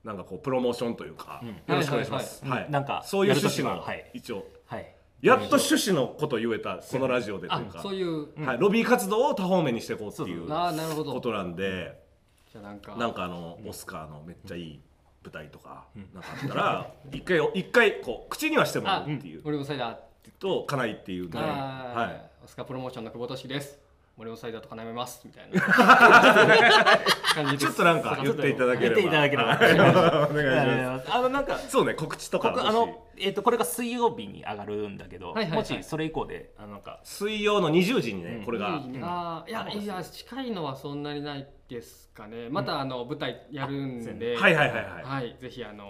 [SPEAKER 1] なんかこうプロモーションというか、よろしくお願いします、
[SPEAKER 4] はいはいなんか
[SPEAKER 1] そういう趣旨
[SPEAKER 4] や
[SPEAKER 1] の、
[SPEAKER 4] る時ははい
[SPEAKER 1] 一応
[SPEAKER 4] はい
[SPEAKER 1] やっと趣旨のことを言えたこのラジオでと
[SPEAKER 3] あ
[SPEAKER 1] いうか
[SPEAKER 3] そういう
[SPEAKER 1] はい、ロビー活動を多方面にしていこうっていう
[SPEAKER 3] あーなるほど
[SPEAKER 1] ことなんで
[SPEAKER 3] じゃあなんか
[SPEAKER 1] なんかあの、オスカーのめっちゃいい舞台とか、なんかあったら一回一回こう口にはしてもら
[SPEAKER 3] あ
[SPEAKER 1] うっていう
[SPEAKER 3] 俺もサイダー
[SPEAKER 1] と家内っていうので、
[SPEAKER 3] あー
[SPEAKER 1] は
[SPEAKER 3] オスカープロモーションの久保俊樹です
[SPEAKER 1] い、
[SPEAKER 3] 森本サイダーとか舐めますみ たいな感じです
[SPEAKER 1] ちょっとなんか言っていただけれ
[SPEAKER 4] 見
[SPEAKER 1] ば
[SPEAKER 4] ていただければ。
[SPEAKER 1] お願い しま
[SPEAKER 4] あのなんか
[SPEAKER 1] すそうね告知とか
[SPEAKER 4] 僕
[SPEAKER 1] も
[SPEAKER 4] あ
[SPEAKER 1] し
[SPEAKER 4] のえっ、とこれが水曜日に上がるんだけど、
[SPEAKER 3] はいはいはい
[SPEAKER 4] もしそれ以降であのなんか
[SPEAKER 1] 水曜の20時にねこれが
[SPEAKER 3] あーいやいや近いのはそんなにないですかねまたあの舞台やるんで、
[SPEAKER 1] はいはいはいはい
[SPEAKER 3] はいぜひあの、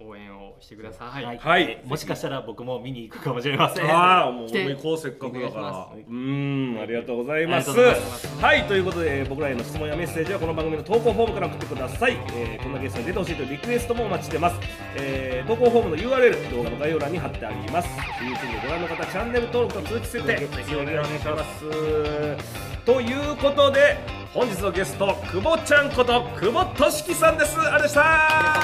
[SPEAKER 3] 応援をしてください、
[SPEAKER 4] は
[SPEAKER 3] はいい、
[SPEAKER 1] はい
[SPEAKER 4] もしかしたら僕も見に行くかもしれません。
[SPEAKER 1] ああもう
[SPEAKER 3] 来て
[SPEAKER 1] 行こうせっかくだから
[SPEAKER 3] お願
[SPEAKER 1] うーんありがとうございます
[SPEAKER 4] ありがとうご
[SPEAKER 1] はいということでえー僕らへの質問やメッセージはこの番組の投稿フォームから送ってください、えーこんなゲストに出てほしいというリクエストもお待ちしてます、えー投稿フォームの URL 動画の概要欄に貼ってあります YouTube でご覧の方チャンネル登録と通知設定ぜひお願いしますということで本日のゲスト久保ちゃんこと久保俊樹さんですありがとうございました